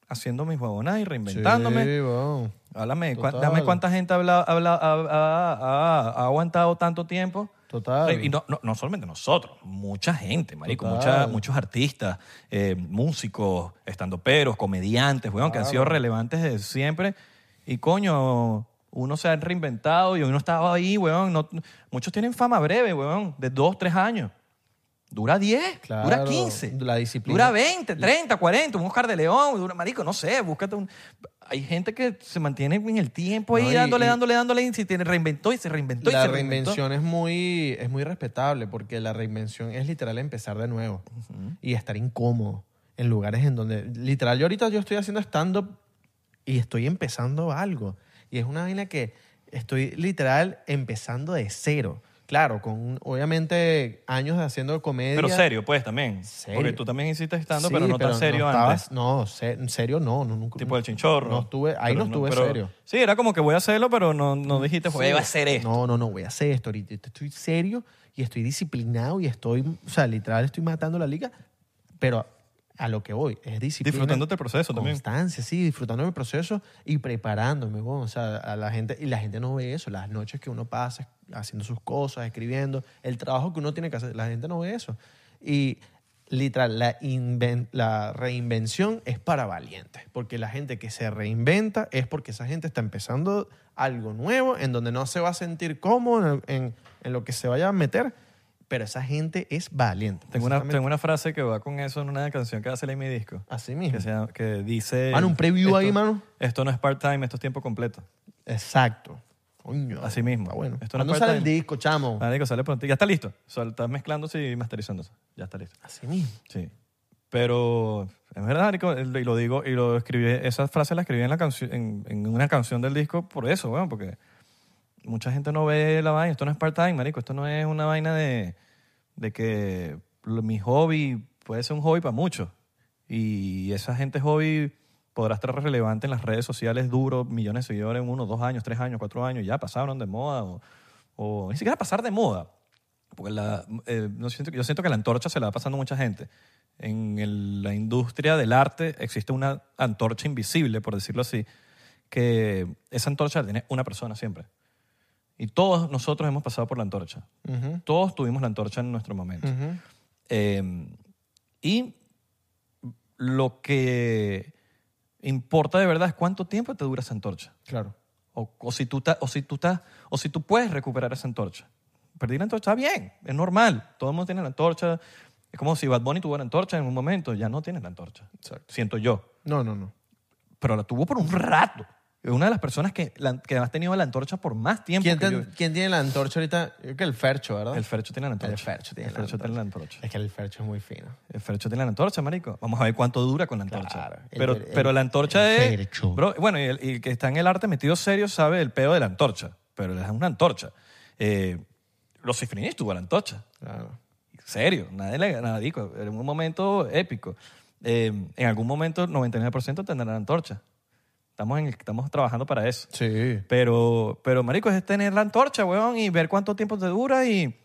Speaker 2: haciendo mis huevonadas y reinventándome.
Speaker 3: Sí, wow.
Speaker 2: Háblame, cua-
Speaker 3: Total.
Speaker 2: dame cuánta gente ha, hablado- ha hablado- ha- ha- ha- ha aguantado tanto tiempo.
Speaker 3: Total.
Speaker 2: Y no, no- no solamente nosotros, mucha gente, marico,
Speaker 3: Total.
Speaker 2: mucha- muchos artistas, eh, músicos, estandoperos, comediantes, weón, que han sido relevantes desde siempre. Y coño, uno se ha reinventado y uno estaba ahí, weón. no- muchos tienen fama breve, weón, de dos, tres años. Dura 10,
Speaker 3: Claro,
Speaker 2: dura 15.
Speaker 3: la disciplina.
Speaker 2: Dura 20, 30, 40, un Oscar de León, dura, marico, no sé, búscate un... Hay gente que se mantiene en el tiempo ahí
Speaker 3: No, y-
Speaker 2: dándole,
Speaker 3: y-
Speaker 2: dándole, dándole, y se tiene- reinventó y se reinventó y
Speaker 3: la
Speaker 2: se reinventó.
Speaker 3: reinvención es muy, es muy respetable porque la reinvención es literal empezar de nuevo y estar incómodo en lugares en donde literal yo ahorita yo estoy haciendo stand-up y estoy empezando algo y es una vaina que estoy literal empezando de cero. Claro, con obviamente años haciendo comedia.
Speaker 2: Pero serio, pues, también.
Speaker 3: Serio.
Speaker 2: Porque tú también hiciste estando,
Speaker 3: Sí,
Speaker 2: pero no tan serio
Speaker 3: no
Speaker 2: antes.
Speaker 3: estabas- No, se- en serio no, no, nunca.
Speaker 2: Tipo el chinchorro.
Speaker 3: No estuve, ahí
Speaker 2: Pero
Speaker 3: no estuve
Speaker 2: pero-
Speaker 3: serio.
Speaker 2: Sí, era como que voy a hacerlo, pero no, no dijiste, voy a hacer esto.
Speaker 3: No, no, no, voy a hacer esto ahorita. Estoy serio y estoy disciplinado y estoy, o sea, literal estoy matando la liga, pero a lo que voy es disciplina.
Speaker 2: Disfrutándote el proceso también.
Speaker 3: Constancia, sí, disfrutando el proceso y preparándome, weón. o sea, a la gente, y la gente no ve eso, las noches que uno pasa haciendo sus cosas, escribiendo, el trabajo que uno tiene que hacer, la gente no ve eso. Y literal, la, inven- la reinvención es para valientes, porque la gente que se reinventa es porque esa gente está empezando algo nuevo, en donde no se va a sentir cómodo en, en- en lo que se vaya a meter, pero esa gente es valiente.
Speaker 2: Tengo una,
Speaker 3: Exactamente.
Speaker 2: tengo una frase que va con eso en una canción que hace en mi disco.
Speaker 3: Así
Speaker 2: Que,
Speaker 3: mismo.
Speaker 2: sea- que dice...
Speaker 3: Mano, Ah, un preview
Speaker 2: esto-
Speaker 3: ahí, mano.
Speaker 2: Esto no es part-time, esto es tiempo completo.
Speaker 3: Exacto. Coño.
Speaker 2: Así mismo.
Speaker 3: Está bueno.
Speaker 2: Esto no
Speaker 3: ¿Cuándo
Speaker 2: es Ah.
Speaker 3: sale el
Speaker 2: part-time.
Speaker 3: disco, chamo?
Speaker 2: Marico, sale pronto. Ya está listo. O sea, está mezclándose y masterizándose. Ya está listo.
Speaker 3: Así mismo.
Speaker 2: Sí. Pero es verdad, Marico, el- y lo digo, y lo escribí, esa frase la escribí en, la canción en, en una canción del disco por eso, weón, porque mucha gente no ve la vaina. Esto no es part-time, Marico, esto no es una vaina de, de que lo- mi hobby puede ser un hobby para muchos. Y esa gente hobby podrá estar relevante en las redes sociales duro, millones de seguidores en uno, dos años, tres años, cuatro años, ya pasaron de moda, o, o ni siquiera pasar de moda. Porque la, eh, no siento- yo siento que la antorcha se la va pasando mucha gente. En el- la industria del arte existe una antorcha invisible, por decirlo así, que esa antorcha la tiene una persona siempre. Y todos nosotros hemos pasado por la antorcha. Todos tuvimos la antorcha en nuestro momento. Eh, y lo que importa de verdad es cuánto tiempo te dura esa antorcha.
Speaker 3: Claro.
Speaker 2: O, o si tú ta- o si tú ta- o si tú puedes recuperar esa antorcha. Perdí la antorcha, está bien, es normal. Todo el mundo tiene la antorcha. Es como si Bad Bunny tuvo la antorcha en un momento, ya no tiene la antorcha. Siento yo.
Speaker 3: No, no, no.
Speaker 2: Pero la tuvo por un rato. Es una de las personas que, la- que has tenido la antorcha por más tiempo.
Speaker 3: ¿Quién,
Speaker 2: que
Speaker 3: ten-
Speaker 2: yo.
Speaker 3: quién tiene la antorcha ahorita? Yo creo que el Fercho, ¿verdad?
Speaker 2: El Fercho tiene la antorcha.
Speaker 3: El Fercho tiene,
Speaker 2: El
Speaker 3: la,
Speaker 2: Fercho
Speaker 3: antorcha.
Speaker 2: tiene la antorcha.
Speaker 3: Es que el Fercho es muy fino.
Speaker 2: El Fercho tiene la antorcha, marico. Vamos a ver cuánto dura con la antorcha.
Speaker 3: Claro, el-
Speaker 2: pero,
Speaker 3: el-
Speaker 2: pero la antorcha
Speaker 3: el
Speaker 2: es...
Speaker 3: Fercho.
Speaker 2: bro, bueno, y el, y el que está en el arte metido serio sabe el pedo de la antorcha. Pero es una antorcha. Eh, los cifrinis tuvo la antorcha.
Speaker 3: Claro.
Speaker 2: Serio. Nadie le nada, digo, Era un momento épico. Eh, en algún momento el 99% tendrá la antorcha. Estamos, en, estamos trabajando para eso.
Speaker 3: Sí.
Speaker 2: Pero, pero, marico, es tener la antorcha, weón, y ver cuánto tiempo te dura. Y,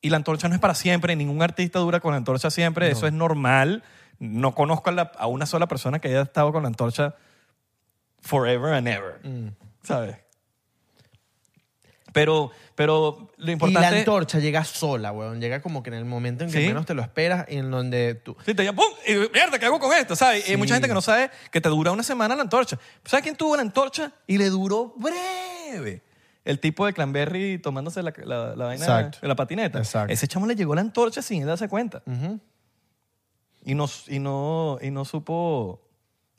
Speaker 2: y la antorcha no es para siempre. Ningún artista dura con la antorcha siempre. Eso es normal. No conozco a, la- a una sola persona que haya estado con la antorcha forever and ever.
Speaker 3: Mm.
Speaker 2: ¿Sabes? Pero, pero lo
Speaker 3: Y la
Speaker 2: importante es...
Speaker 3: antorcha llega sola, weón. Llega como que en el momento en que
Speaker 2: Sí.
Speaker 3: menos te lo esperas, en donde tú...
Speaker 2: Sí, te llaman, ¡pum! Y mierda, ¿qué hago con esto? ¿Sabes? Y hay mucha gente que no sabe que te dura una semana la antorcha. ¿Sabes quién tuvo la antorcha? Y le duró breve. El tipo de Clanberry tomándose la, la, la vaina
Speaker 3: Exacto.
Speaker 2: de la patineta.
Speaker 3: Exacto.
Speaker 2: Ese chamo le llegó la antorcha sin él darse cuenta. y no, y no, y no supo.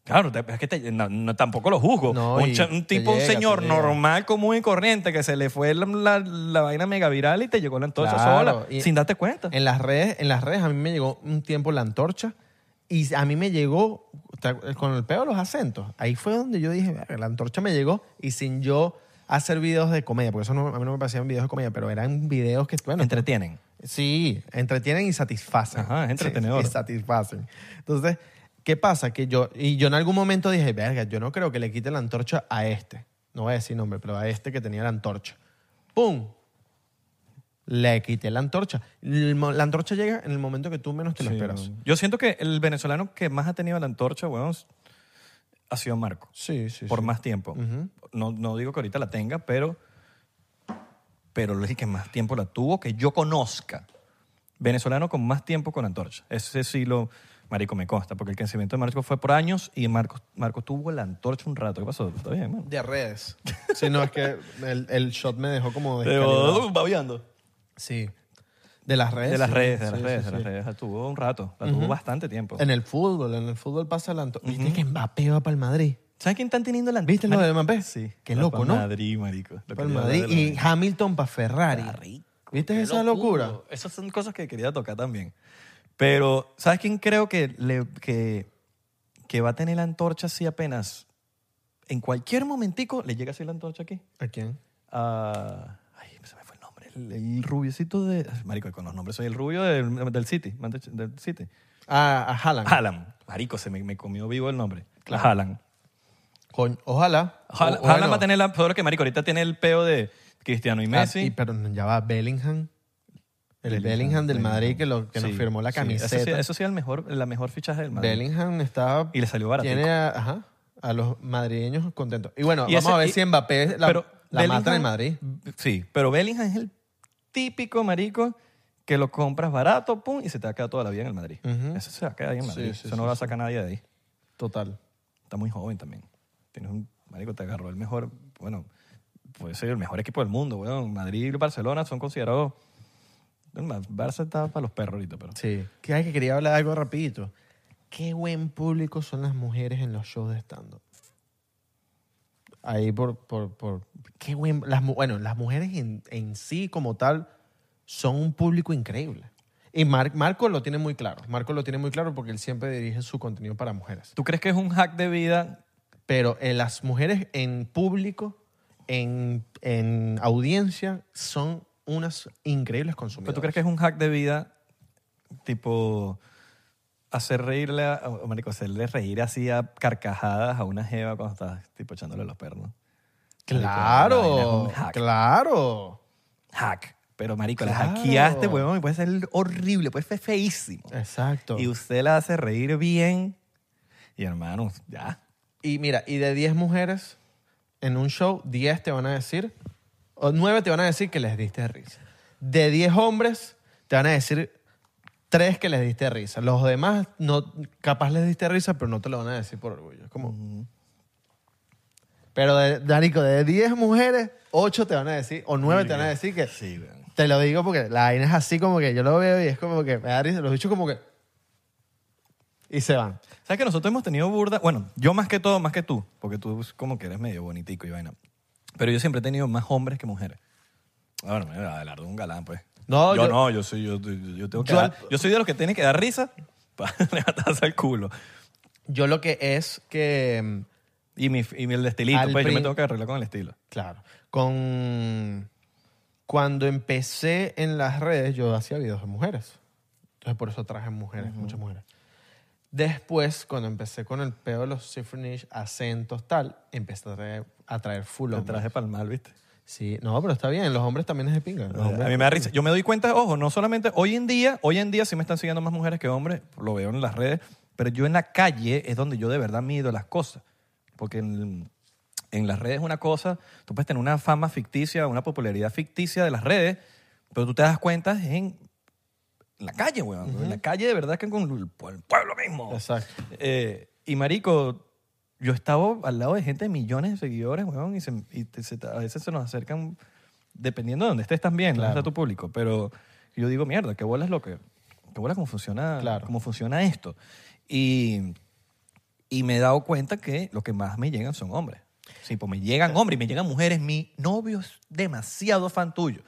Speaker 2: Claro, te- es que te- no- no, tampoco lo juzgo.
Speaker 3: No,
Speaker 2: un,
Speaker 3: y
Speaker 2: cha- un
Speaker 3: te
Speaker 2: tipo,
Speaker 3: llega,
Speaker 2: un
Speaker 3: te
Speaker 2: señor
Speaker 3: llega.
Speaker 2: normal, común y corriente, que se le fue la, la- la vaina mega viral y te llegó la antorcha
Speaker 3: Claro,
Speaker 2: sola,
Speaker 3: y-
Speaker 2: sin darte cuenta.
Speaker 3: En las redes, en las redes a mí me llegó un tiempo la antorcha y a mí me llegó ta- con el peo de los acentos. Ahí fue donde yo dije, "Verga, la antorcha me llegó y sin yo hacer videos de comedia, porque eso no- a mí no me parecían videos de comedia, pero eran videos que bueno,
Speaker 2: Entretienen.
Speaker 3: Sí, entretienen y satisfacen.
Speaker 2: Ajá, es entretenedor.
Speaker 3: Sí, y satisfacen. Entonces, ¿qué pasa? Que yo, y yo en algún momento dije, verga, yo no creo que le quite la antorcha a este. No voy a decir nombre, pero a este que tenía la antorcha. ¡Pum! Le quité la antorcha. El mo- La antorcha llega en el momento que tú menos te lo
Speaker 2: Sí,
Speaker 3: esperas.
Speaker 2: weón. Yo siento que el venezolano que más ha tenido la antorcha, weón, ha sido Marco.
Speaker 3: Sí, sí.
Speaker 2: por
Speaker 3: sí.
Speaker 2: más tiempo. no, no digo que ahorita la tenga, pero pero es el que más tiempo la tuvo que yo conozca. Venezolano con más tiempo con antorcha. Ese sí lo marico me consta, porque el crecimiento de Marcos fue por años y Marcos Marcos tuvo la antorcha un rato. ¿Qué pasó? Está bien, man.
Speaker 3: De redes. Sí, no, es que el, el shot me dejó como
Speaker 2: Te
Speaker 3: descalibrado.
Speaker 2: Eh, uh, va babeando.
Speaker 3: Sí. De las redes.
Speaker 2: De las
Speaker 3: sí.
Speaker 2: redes, de
Speaker 3: Sí,
Speaker 2: las
Speaker 3: sí,
Speaker 2: redes, de
Speaker 3: sí.
Speaker 2: las redes. La tuvo un rato, la tuvo bastante tiempo.
Speaker 3: En el fútbol, en el fútbol pasa la antorcha. ¿Viste que Mbappé va para el Madrid?
Speaker 2: ¿Sabes quién están teniendo la antorcha?
Speaker 3: ¿Viste lo de Mbappé?
Speaker 2: Sí.
Speaker 3: Qué
Speaker 2: Va
Speaker 3: loco,
Speaker 2: pa'
Speaker 3: ¿no?
Speaker 2: Madrid, marico. Lo
Speaker 3: Para el
Speaker 2: quería hablar
Speaker 3: Madrid
Speaker 2: de la-
Speaker 3: y Hamilton para Ferrari. ¿Viste
Speaker 2: Qué
Speaker 3: esa locura?
Speaker 2: Esas son cosas que quería tocar también. Pero, ¿sabes quién creo que, le, que, que va a tener la antorcha así apenas? En cualquier momentico le llega así la antorcha aquí.
Speaker 3: ¿A quién?
Speaker 2: A- ay, se me fue el nombre. El, el rubiecito de... ay, Marico, con los nombres soy el rubio del, del City. Manchester- Del City.
Speaker 3: A, a Haaland.
Speaker 2: Haaland. Marico, se me, me comió vivo el nombre. Haaland.
Speaker 3: Coño, ojalá.
Speaker 2: Haaland-
Speaker 3: O- o
Speaker 2: Haaland
Speaker 3: bueno,
Speaker 2: va a tener la... Solo que Marico ahorita tiene el peo de Cristiano y
Speaker 3: ah,
Speaker 2: Messi.
Speaker 3: y, pero ya va Bellingham. El Bellingham, del Madrid que, lo, que nos
Speaker 2: Sí,
Speaker 3: firmó la
Speaker 2: sí. Eso sí-
Speaker 3: camiseta.
Speaker 2: Eso sí, es el mejor, la mejor fichaje del Madrid.
Speaker 3: Bellingham está...
Speaker 2: Y le salió barato.
Speaker 3: Tiene a, ajá, a los madrileños contentos. Y bueno,
Speaker 2: Y
Speaker 3: vamos
Speaker 2: ese-
Speaker 3: a ver
Speaker 2: y-
Speaker 3: si Mbappé la,
Speaker 2: pero
Speaker 3: la mata en
Speaker 2: Bellingham-
Speaker 3: el Madrid.
Speaker 2: Sí, pero Bellingham es el típico marico que lo compras barato, pum, y se te va a quedar toda la vida en el Madrid.
Speaker 3: Ujú.
Speaker 2: Eso se va a quedar ahí en
Speaker 3: Sí,
Speaker 2: Madrid.
Speaker 3: sí,
Speaker 2: Eso no
Speaker 3: sí,
Speaker 2: lo va a sacar nadie de ahí.
Speaker 3: Total.
Speaker 2: Está muy joven también. Tienes un marico, te agarró el mejor, bueno, puede ser el mejor equipo del mundo, weón. Madrid y Barcelona son considerados... el Mar- Barça está para los perros ahorita, pero...
Speaker 3: Sí. Que, ay, que quería hablar de algo rapidito. Qué buen público son las mujeres en los shows de stand-up. Ahí por, por, por qué buen, las, mu- bueno, las mujeres en, en sí como tal son un público increíble. Y Mar- Marco lo tiene muy claro. Marco lo tiene muy claro porque él siempre dirige su contenido para mujeres.
Speaker 2: ¿Tú crees que es un hack de vida?
Speaker 3: Pero eh, las mujeres en público, en, en audiencia, son unas increíbles
Speaker 2: ¿Pero
Speaker 3: consumidoras.
Speaker 2: tú crees que es un hack de vida tipo hacer reírle, a, o, marico, hacerle reír así a carcajadas a una jeva cuando estás tipo echándole los pernos? Marico, la vaina es
Speaker 3: Claro,
Speaker 2: un hack.
Speaker 3: claro.
Speaker 2: hack. Pero, marico, la
Speaker 3: Claro.
Speaker 2: hackeaste, huevón, y puede ser horrible, puede ser feísimo.
Speaker 3: Exacto.
Speaker 2: Y
Speaker 3: Y,
Speaker 2: usted la hace reír bien. Y, hermano, ya.
Speaker 3: mira, y de 10 mujeres en un show, 10 te van a decir, o 9 te van a decir que les diste risa. De 10 hombres, te van a decir 3 que les diste risa. Los demás, no, capaz les diste risa, pero no te lo van a decir por orgullo. Es como... Pero, de, Danico, de 10 mujeres, 8 te van a decir, o 9 te van a decir que...
Speaker 2: Sí, weón.
Speaker 3: Te lo digo porque la vaina es así como que yo lo veo y es como que me da risa. Los bichos como que... Y se van.
Speaker 2: ¿Sabes que nosotros hemos tenido burda? Bueno, yo más que todo, más que tú, porque tú como que eres medio bonitico y vaina. Pero yo siempre he tenido más hombres que mujeres. Ah, Bueno, mira, Adelardo es un galán, pues.
Speaker 3: No,
Speaker 2: yo,
Speaker 3: yo-
Speaker 2: no, yo soy, yo, yo tengo que
Speaker 3: Yo
Speaker 2: yo,
Speaker 3: al-
Speaker 2: yo soy de los que tienen que dar risa para levantarse al culo.
Speaker 3: Yo lo que es que, mm,
Speaker 2: Y, mi, y mi- el estilito,
Speaker 3: Al
Speaker 2: pues yo me
Speaker 3: prin-
Speaker 2: tengo que arreglar con el estilo.
Speaker 3: claro, con cuando empecé en las redes yo hacía videos de mujeres. Entonces por eso traje mujeres, muchas mujeres. Después, cuando empecé con el peo de los Symphonish, acentos, tal, empecé a traer, a traer full
Speaker 2: Lo
Speaker 3: hombres.
Speaker 2: traje para el mal, ¿viste?
Speaker 3: Sí, no, pero está bien, los hombres también es de pinga. los
Speaker 2: A
Speaker 3: hombres-
Speaker 2: mí me da risa. Yo me doy cuenta, ojo, no solamente hoy en día, hoy en día sí me están siguiendo más mujeres que hombres, lo veo en las redes, pero yo en la calle es donde yo de verdad mido las cosas. Porque en, en las redes es una cosa, tú puedes tener una fama ficticia, una popularidad ficticia de las redes, pero tú te das cuenta en la calle, weón. En la calle de verdad que con el pue- el pueblo mismo.
Speaker 3: Exacto.
Speaker 2: Eh, y marico, yo estaba al lado de gente de millones de seguidores, weón, y, se, y te- se- a veces se nos acercan, dependiendo de dónde estés también, dónde está tu público. Pero yo digo, mierda, qué bolas lo que, qué bola cómo funciona,
Speaker 3: Claro.
Speaker 2: cómo funciona esto. Y, y me he dado cuenta que lo que más me llegan son hombres. Sí, pues me llegan hombres y me llegan mujeres. Mi novio es demasiado fan tuyo.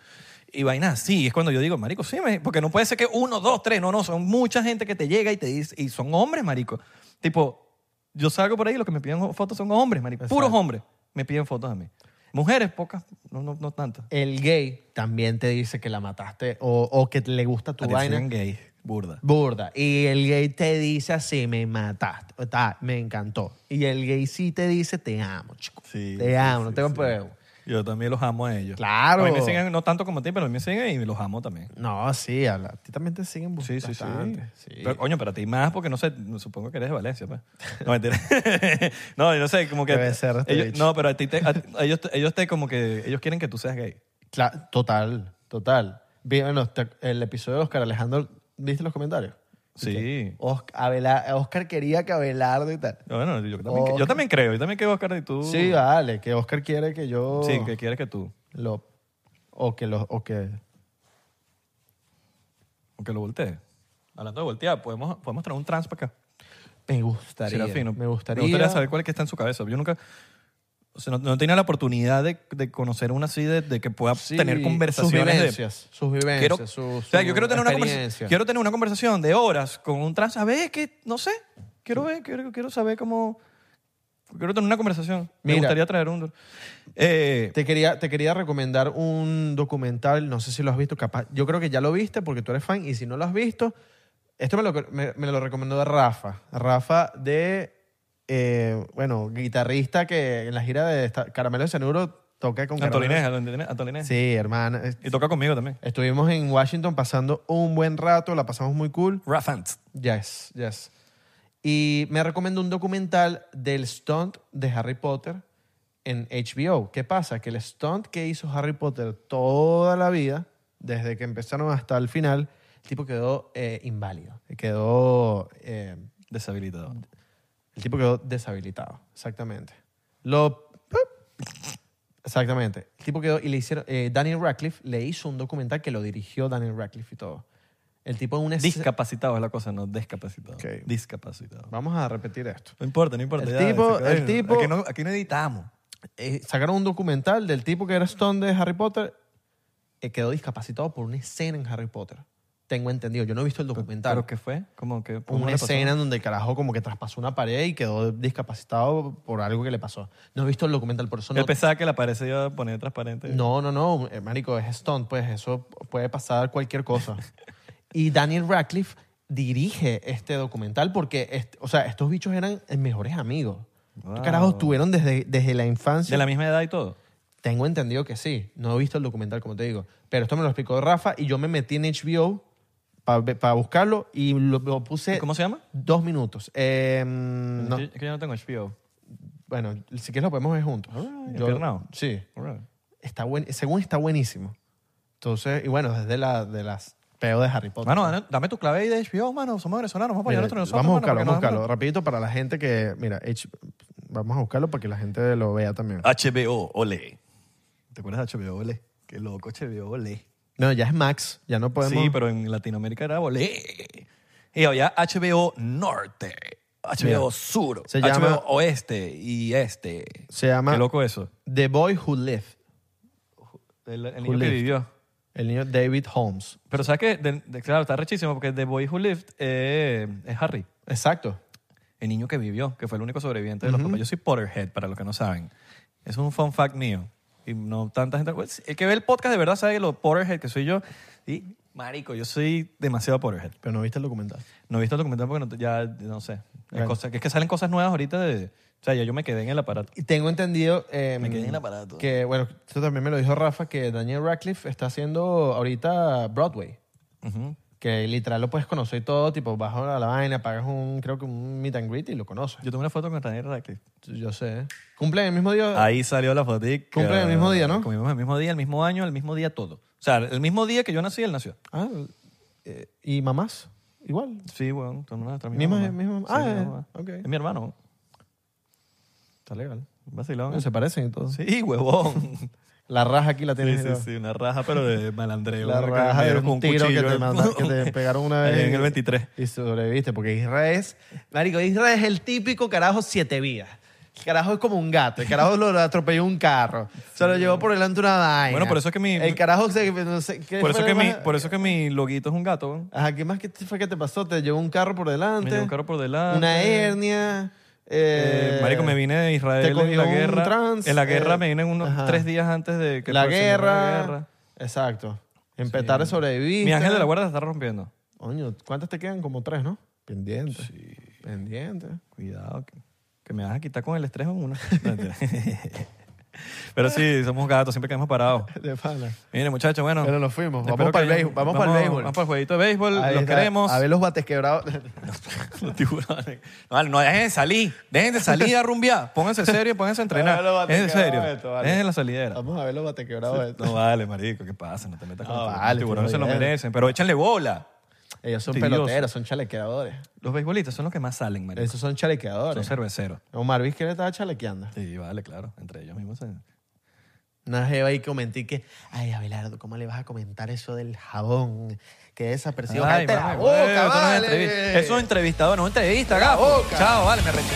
Speaker 2: Y vainas sí, es cuando yo digo, marico, sí, me- porque no puede ser que uno, dos, tres, no, no, son mucha gente que te llega y te dice, y son hombres, marico. Tipo, yo salgo por ahí y los que me piden fotos son hombres, marico. Puros
Speaker 3: Exacto.
Speaker 2: hombres me piden fotos a mí. Mujeres, pocas, no, no, no tantas.
Speaker 3: El gay también te dice que la mataste o, o que le gusta tu
Speaker 2: Adiós,
Speaker 3: vaina.
Speaker 2: soy un gay, burda.
Speaker 3: Burda. Y el gay te dice así, me mataste. O ta, me encantó. Y el gay sí te dice, te amo, chico.
Speaker 2: Sí,
Speaker 3: te
Speaker 2: sí,
Speaker 3: amo, no
Speaker 2: sí,
Speaker 3: tengo
Speaker 2: sí.
Speaker 3: pruebas.
Speaker 2: Yo también los amo a ellos.
Speaker 3: Claro.
Speaker 2: A mí me siguen, no tanto como a ti, pero a mí me siguen y los amo también.
Speaker 3: No, sí, habla. A ti también te siguen
Speaker 2: Sí, sí, sí.
Speaker 3: bastante. Sí.
Speaker 2: Pero, coño, para ti más, porque no sé, supongo que eres de Valencia, pues. No, mentira. no, yo no sé, como que.
Speaker 3: Debe ser este
Speaker 2: ellos-
Speaker 3: bicho.
Speaker 2: no, pero a ti te, a- a ellos, te- ellos te como que. Ellos quieren que tú seas gay.
Speaker 3: Cla- total, total. Vi- Bueno, te- el episodio de Oscar Alejandro, ¿viste los comentarios?
Speaker 2: Sí.
Speaker 3: Que Oscar, Abela- Oscar quería que Abelardo y tal.
Speaker 2: No, bueno, yo también,
Speaker 3: Ok.
Speaker 2: yo también creo. Yo también creo, Oscar, y tú.
Speaker 3: Sí, ah, oh. vale, que Oscar quiere que yo
Speaker 2: Uh. Sí, que quieres que tú.
Speaker 3: lo o que lo o que
Speaker 2: o que lo voltees. Hablando de voltear, podemos, podemos traer un trans para acá.
Speaker 3: me gustaría,
Speaker 2: Será fino.
Speaker 3: me gustaría.
Speaker 2: saber cuál es que está en su cabeza. Yo nunca. O sea, no, no tenía la oportunidad de, de conocer una así, de, de que pueda
Speaker 3: Sí,
Speaker 2: tener conversaciones.
Speaker 3: sus
Speaker 2: de-
Speaker 3: vivencias, sus vivencias,
Speaker 2: quiero,
Speaker 3: su-
Speaker 2: o sea, yo
Speaker 3: su
Speaker 2: quiero tener, una conversa-
Speaker 3: experiencia.
Speaker 2: quiero tener una conversación de horas con un trans. A ver, que no sé. Quiero ver, quiero, quiero saber cómo. Quiero tener una conversación. Me
Speaker 3: Mira.
Speaker 2: gustaría traer un. Eh,
Speaker 3: Te quería, te quería recomendar un documental, no sé si lo has visto, capaz. Yo creo que ya lo viste porque tú eres fan y si no lo has visto, esto me lo, me, me lo recomendó Rafa. Rafa de, eh, bueno, guitarrista que en la gira de esta- Caramelo de Cenuro toca con Caramelo.
Speaker 2: Antolinés, Antolinés, Antolinés.
Speaker 3: Sí, hermana.
Speaker 2: Y toca conmigo también.
Speaker 3: Estuvimos en Washington pasando un buen rato, la pasamos muy cool.
Speaker 2: Rafant.
Speaker 3: Yes, yes. Y me recomendó un documental del stunt de Harry Potter en HBO. ¿Qué pasa? Que el stunt que hizo Harry Potter toda la vida, desde que empezaron hasta el final, el tipo quedó eh, inválido. Quedó, eh,
Speaker 2: Deshabilitado.
Speaker 3: el tipo quedó deshabilitado. Exactamente. Lo... Exactamente. El tipo quedó y le hicieron... eh, Daniel Radcliffe le hizo un documental que lo dirigió Daniel Radcliffe y todo. El tipo en una... escena-
Speaker 2: Discapacitado es la cosa, no descapacitado.
Speaker 3: Ok.
Speaker 2: Discapacitado.
Speaker 3: Vamos a repetir esto.
Speaker 2: No importa, no importa.
Speaker 3: El
Speaker 2: ya,
Speaker 3: tipo-
Speaker 2: se acabó.
Speaker 3: el tipo-
Speaker 2: Aquí no, aquí no editamos.
Speaker 3: eh, sacaron un documental del tipo que era Stone de Harry Potter, eh, quedó discapacitado por una escena en Harry Potter. Tengo entendido, yo no he visto el documental.
Speaker 2: ¿Pero qué fue? ¿Cómo que cómo le
Speaker 3: una
Speaker 2: pasó?
Speaker 3: escena en donde el carajo como que traspasó una pared y quedó discapacitado por algo que le pasó. No he visto el documental, por eso no...
Speaker 2: Yo pensaba que la pared se iba a poner transparente.
Speaker 3: No, no, no, eh, marico, es Stone, pues eso puede pasar cualquier cosa. y Daniel Radcliffe dirige este documental porque, est- o sea, estos bichos eran eh, mejores amigos. Estos
Speaker 2: Wow.
Speaker 3: carajos tuvieron desde, desde la infancia.
Speaker 2: De la misma edad y todo.
Speaker 3: Tengo entendido que sí. No he visto el documental, como te digo. Pero esto me lo explicó Rafa y yo me metí en HBO para buscarlo y lo, lo puse
Speaker 2: ¿Cómo se llama?
Speaker 3: dos minutos. Eh, no.
Speaker 2: Es que yo no tengo HBO.
Speaker 3: Bueno, si quieres lo podemos ver juntos.
Speaker 2: Alright,
Speaker 3: Yo-
Speaker 2: piernao.
Speaker 3: sí.
Speaker 2: Alright.
Speaker 3: Está buen, según está buenísimo. Entonces, y bueno, desde la, de las peo de Harry Potter.
Speaker 2: Mano, dame- dame tu clave ahí de HBO, mano. Somos venezolanos, vamos a
Speaker 3: Mira,
Speaker 2: apoyar a nosotros.
Speaker 3: Eh, vamos a
Speaker 2: mano,
Speaker 3: buscarlo,
Speaker 2: porque
Speaker 3: vamos a buscarlo.
Speaker 2: nos-
Speaker 3: Rapidito para la gente que, mira, H- vamos a buscarlo para que la gente lo vea también.
Speaker 2: HBO, ole. ¿Te acuerdas de HBO, ole? Qué loco, HBO, ole.
Speaker 3: No, ya es Max, ya no podemos.
Speaker 2: Sí, pero en Latinoamérica era ole. Y había HBO Norte, HBO
Speaker 3: Mira,
Speaker 2: Sur,
Speaker 3: se
Speaker 2: HBO
Speaker 3: llama-
Speaker 2: Oeste y Este.
Speaker 3: Se llama-
Speaker 2: Qué loco eso.
Speaker 3: The Boy Who Lived.
Speaker 2: El, el
Speaker 3: Who
Speaker 2: niño que
Speaker 3: Lived.
Speaker 2: vivió.
Speaker 3: El niño David Holmes.
Speaker 2: Pero sabes que, claro, está rechísimo porque The Boy Who Lived eh, es Harry,
Speaker 3: Exacto.
Speaker 2: el niño que vivió, que fue el único sobreviviente de los papás. Yo soy Potterhead, para los que no saben. Es un fun fact mío. Y no tanta gente. pues, el que ve el podcast de verdad sabe lo Potterhead que soy yo. Y, marico, yo soy demasiado Potterhead.
Speaker 3: Pero no viste el documental.
Speaker 2: No he visto el documental porque no te- ya no sé. Hay
Speaker 3: Bueno.
Speaker 2: cosas- que es que salen cosas nuevas ahorita de. O sea, ya yo me quedé en el aparato.
Speaker 3: Y tengo entendido. eh,
Speaker 2: Me quedé en el aparato.
Speaker 3: Que, bueno, esto también me lo dijo Rafa, que Daniel Radcliffe está haciendo ahorita Broadway.
Speaker 2: Ujú.
Speaker 3: Que literal lo puedes conocer y todo, tipo, vas a la vaina, pagas un, creo que un meet and greet y lo conoces.
Speaker 2: Yo tomé una foto con Daniel Radcliffe.
Speaker 3: Yo, sé. Cumple el mismo día.
Speaker 2: Ahí salió la fotica.
Speaker 3: Cumple el mismo día, ¿no?
Speaker 2: Cumplimos el mismo día, el mismo año, el mismo día todo. O sea, el mismo día que yo nací, él nació.
Speaker 3: Ah, eh, y mamás, igual.
Speaker 2: Sí, weón. Bueno, nuestra
Speaker 3: Misma- misma- ah,
Speaker 2: mi
Speaker 3: eh,
Speaker 2: mamá.
Speaker 3: ok.
Speaker 2: Es mi hermano.
Speaker 3: Está legal.
Speaker 2: Vacilón.
Speaker 3: Ah. Bueno, se parecen y todo.
Speaker 2: Sí, huevón.
Speaker 3: La raja aquí la
Speaker 2: Sí,
Speaker 3: tienes.
Speaker 2: sí, sí, una raja, pero de malandreo.
Speaker 3: La
Speaker 2: Una que
Speaker 3: raja
Speaker 2: me
Speaker 3: de
Speaker 2: dieron con
Speaker 3: un tiro que
Speaker 2: cuchillo,
Speaker 3: te,
Speaker 2: ¿eh?
Speaker 3: manda- que te pegaron una vez.
Speaker 2: En el 23.
Speaker 3: Y sobreviviste, porque Israel es... Marico, Israel es el típico carajo siete vidas. El carajo es como un gato. El carajo lo atropelló un carro. Se lo llevó por delante una vaina.
Speaker 2: Bueno, por eso es que mi-
Speaker 3: El carajo se... no sé, ¿qué
Speaker 2: Por eso,
Speaker 3: fue
Speaker 2: que
Speaker 3: lo
Speaker 2: mi,
Speaker 3: más-
Speaker 2: por eso que mi loguito es un gato. weón.
Speaker 3: Ajá, ¿qué más que te- fue que te pasó? Te llevó un carro por
Speaker 2: Me
Speaker 3: delante.
Speaker 2: llevó un carro por delante.
Speaker 3: Una hernia. eh,
Speaker 2: Eh, marico, me vine de
Speaker 3: te
Speaker 2: Israel en
Speaker 3: cogió
Speaker 2: la
Speaker 3: un
Speaker 2: guerra.
Speaker 3: trans,
Speaker 2: en la guerra
Speaker 3: eh,
Speaker 2: me vine unos
Speaker 3: ajá.
Speaker 2: tres días antes de que
Speaker 3: La
Speaker 2: fuese
Speaker 3: guerra.
Speaker 2: la guerra.
Speaker 3: Exacto. En Petare sobreviviste.
Speaker 2: Mi ángel de la guarda se está rompiendo.
Speaker 3: Coño, ¿cuántas te quedan? Como tres, ¿no? Pendiente. Sí. Pendiente.
Speaker 2: Cuidado, que, que me vas a quitar con el estrés en una. No, mentira. Pero sí, somos gatos, siempre quedamos parados.
Speaker 3: De pana.
Speaker 2: Miren, muchachos, bueno.
Speaker 3: Pero nos fuimos. Vamos
Speaker 2: espero
Speaker 3: para
Speaker 2: que
Speaker 3: el
Speaker 2: hayan-
Speaker 3: béisbol, vamos para el béisbol.
Speaker 2: Vamos para el jueguito de béisbol.
Speaker 3: Ahí
Speaker 2: los
Speaker 3: está.
Speaker 2: queremos.
Speaker 3: A ver los bates quebrados.
Speaker 2: Los tiburones. No, no, dejen de salir. Dejen de salir a rumbear. Pónganse serio, pónganse a
Speaker 3: A
Speaker 2: entrenar.
Speaker 3: ver los bates
Speaker 2: en
Speaker 3: quebrados
Speaker 2: serio.
Speaker 3: esto, vale.
Speaker 2: Dejen la salidera.
Speaker 3: Vamos a ver los bates quebrados. de esto.
Speaker 2: No vale, marico, ¿qué pasa? No te metas con
Speaker 3: No,
Speaker 2: los tiburones.
Speaker 3: vale,
Speaker 2: Los tiburones se
Speaker 3: tío,
Speaker 2: lo
Speaker 3: bien.
Speaker 2: merecen, pero échenle bola.
Speaker 3: Ellos son
Speaker 2: Tedioso.
Speaker 3: peloteros, son chalequeadores.
Speaker 2: Los beisbolistas son los que más salen, marico.
Speaker 3: Esos son
Speaker 2: Son
Speaker 3: chalequeadores.
Speaker 2: cerveceros.
Speaker 3: Omar Vizquel estaba chalequeando.
Speaker 2: Sí, vale, claro. Entre ellos mismos. se-
Speaker 3: Una jeva ahí comenté que, ay, Abelardo, ¿cómo le vas a comentar eso del jabón? Que desapercibido.
Speaker 2: Ay,
Speaker 3: ¡Cállate la
Speaker 2: vale,
Speaker 3: boca,
Speaker 2: güey, esto no es
Speaker 3: vale!
Speaker 2: entrevista. Eso es entrevistador, no es entrevista, gafo.
Speaker 3: boca.
Speaker 2: Chao, vale, me reché.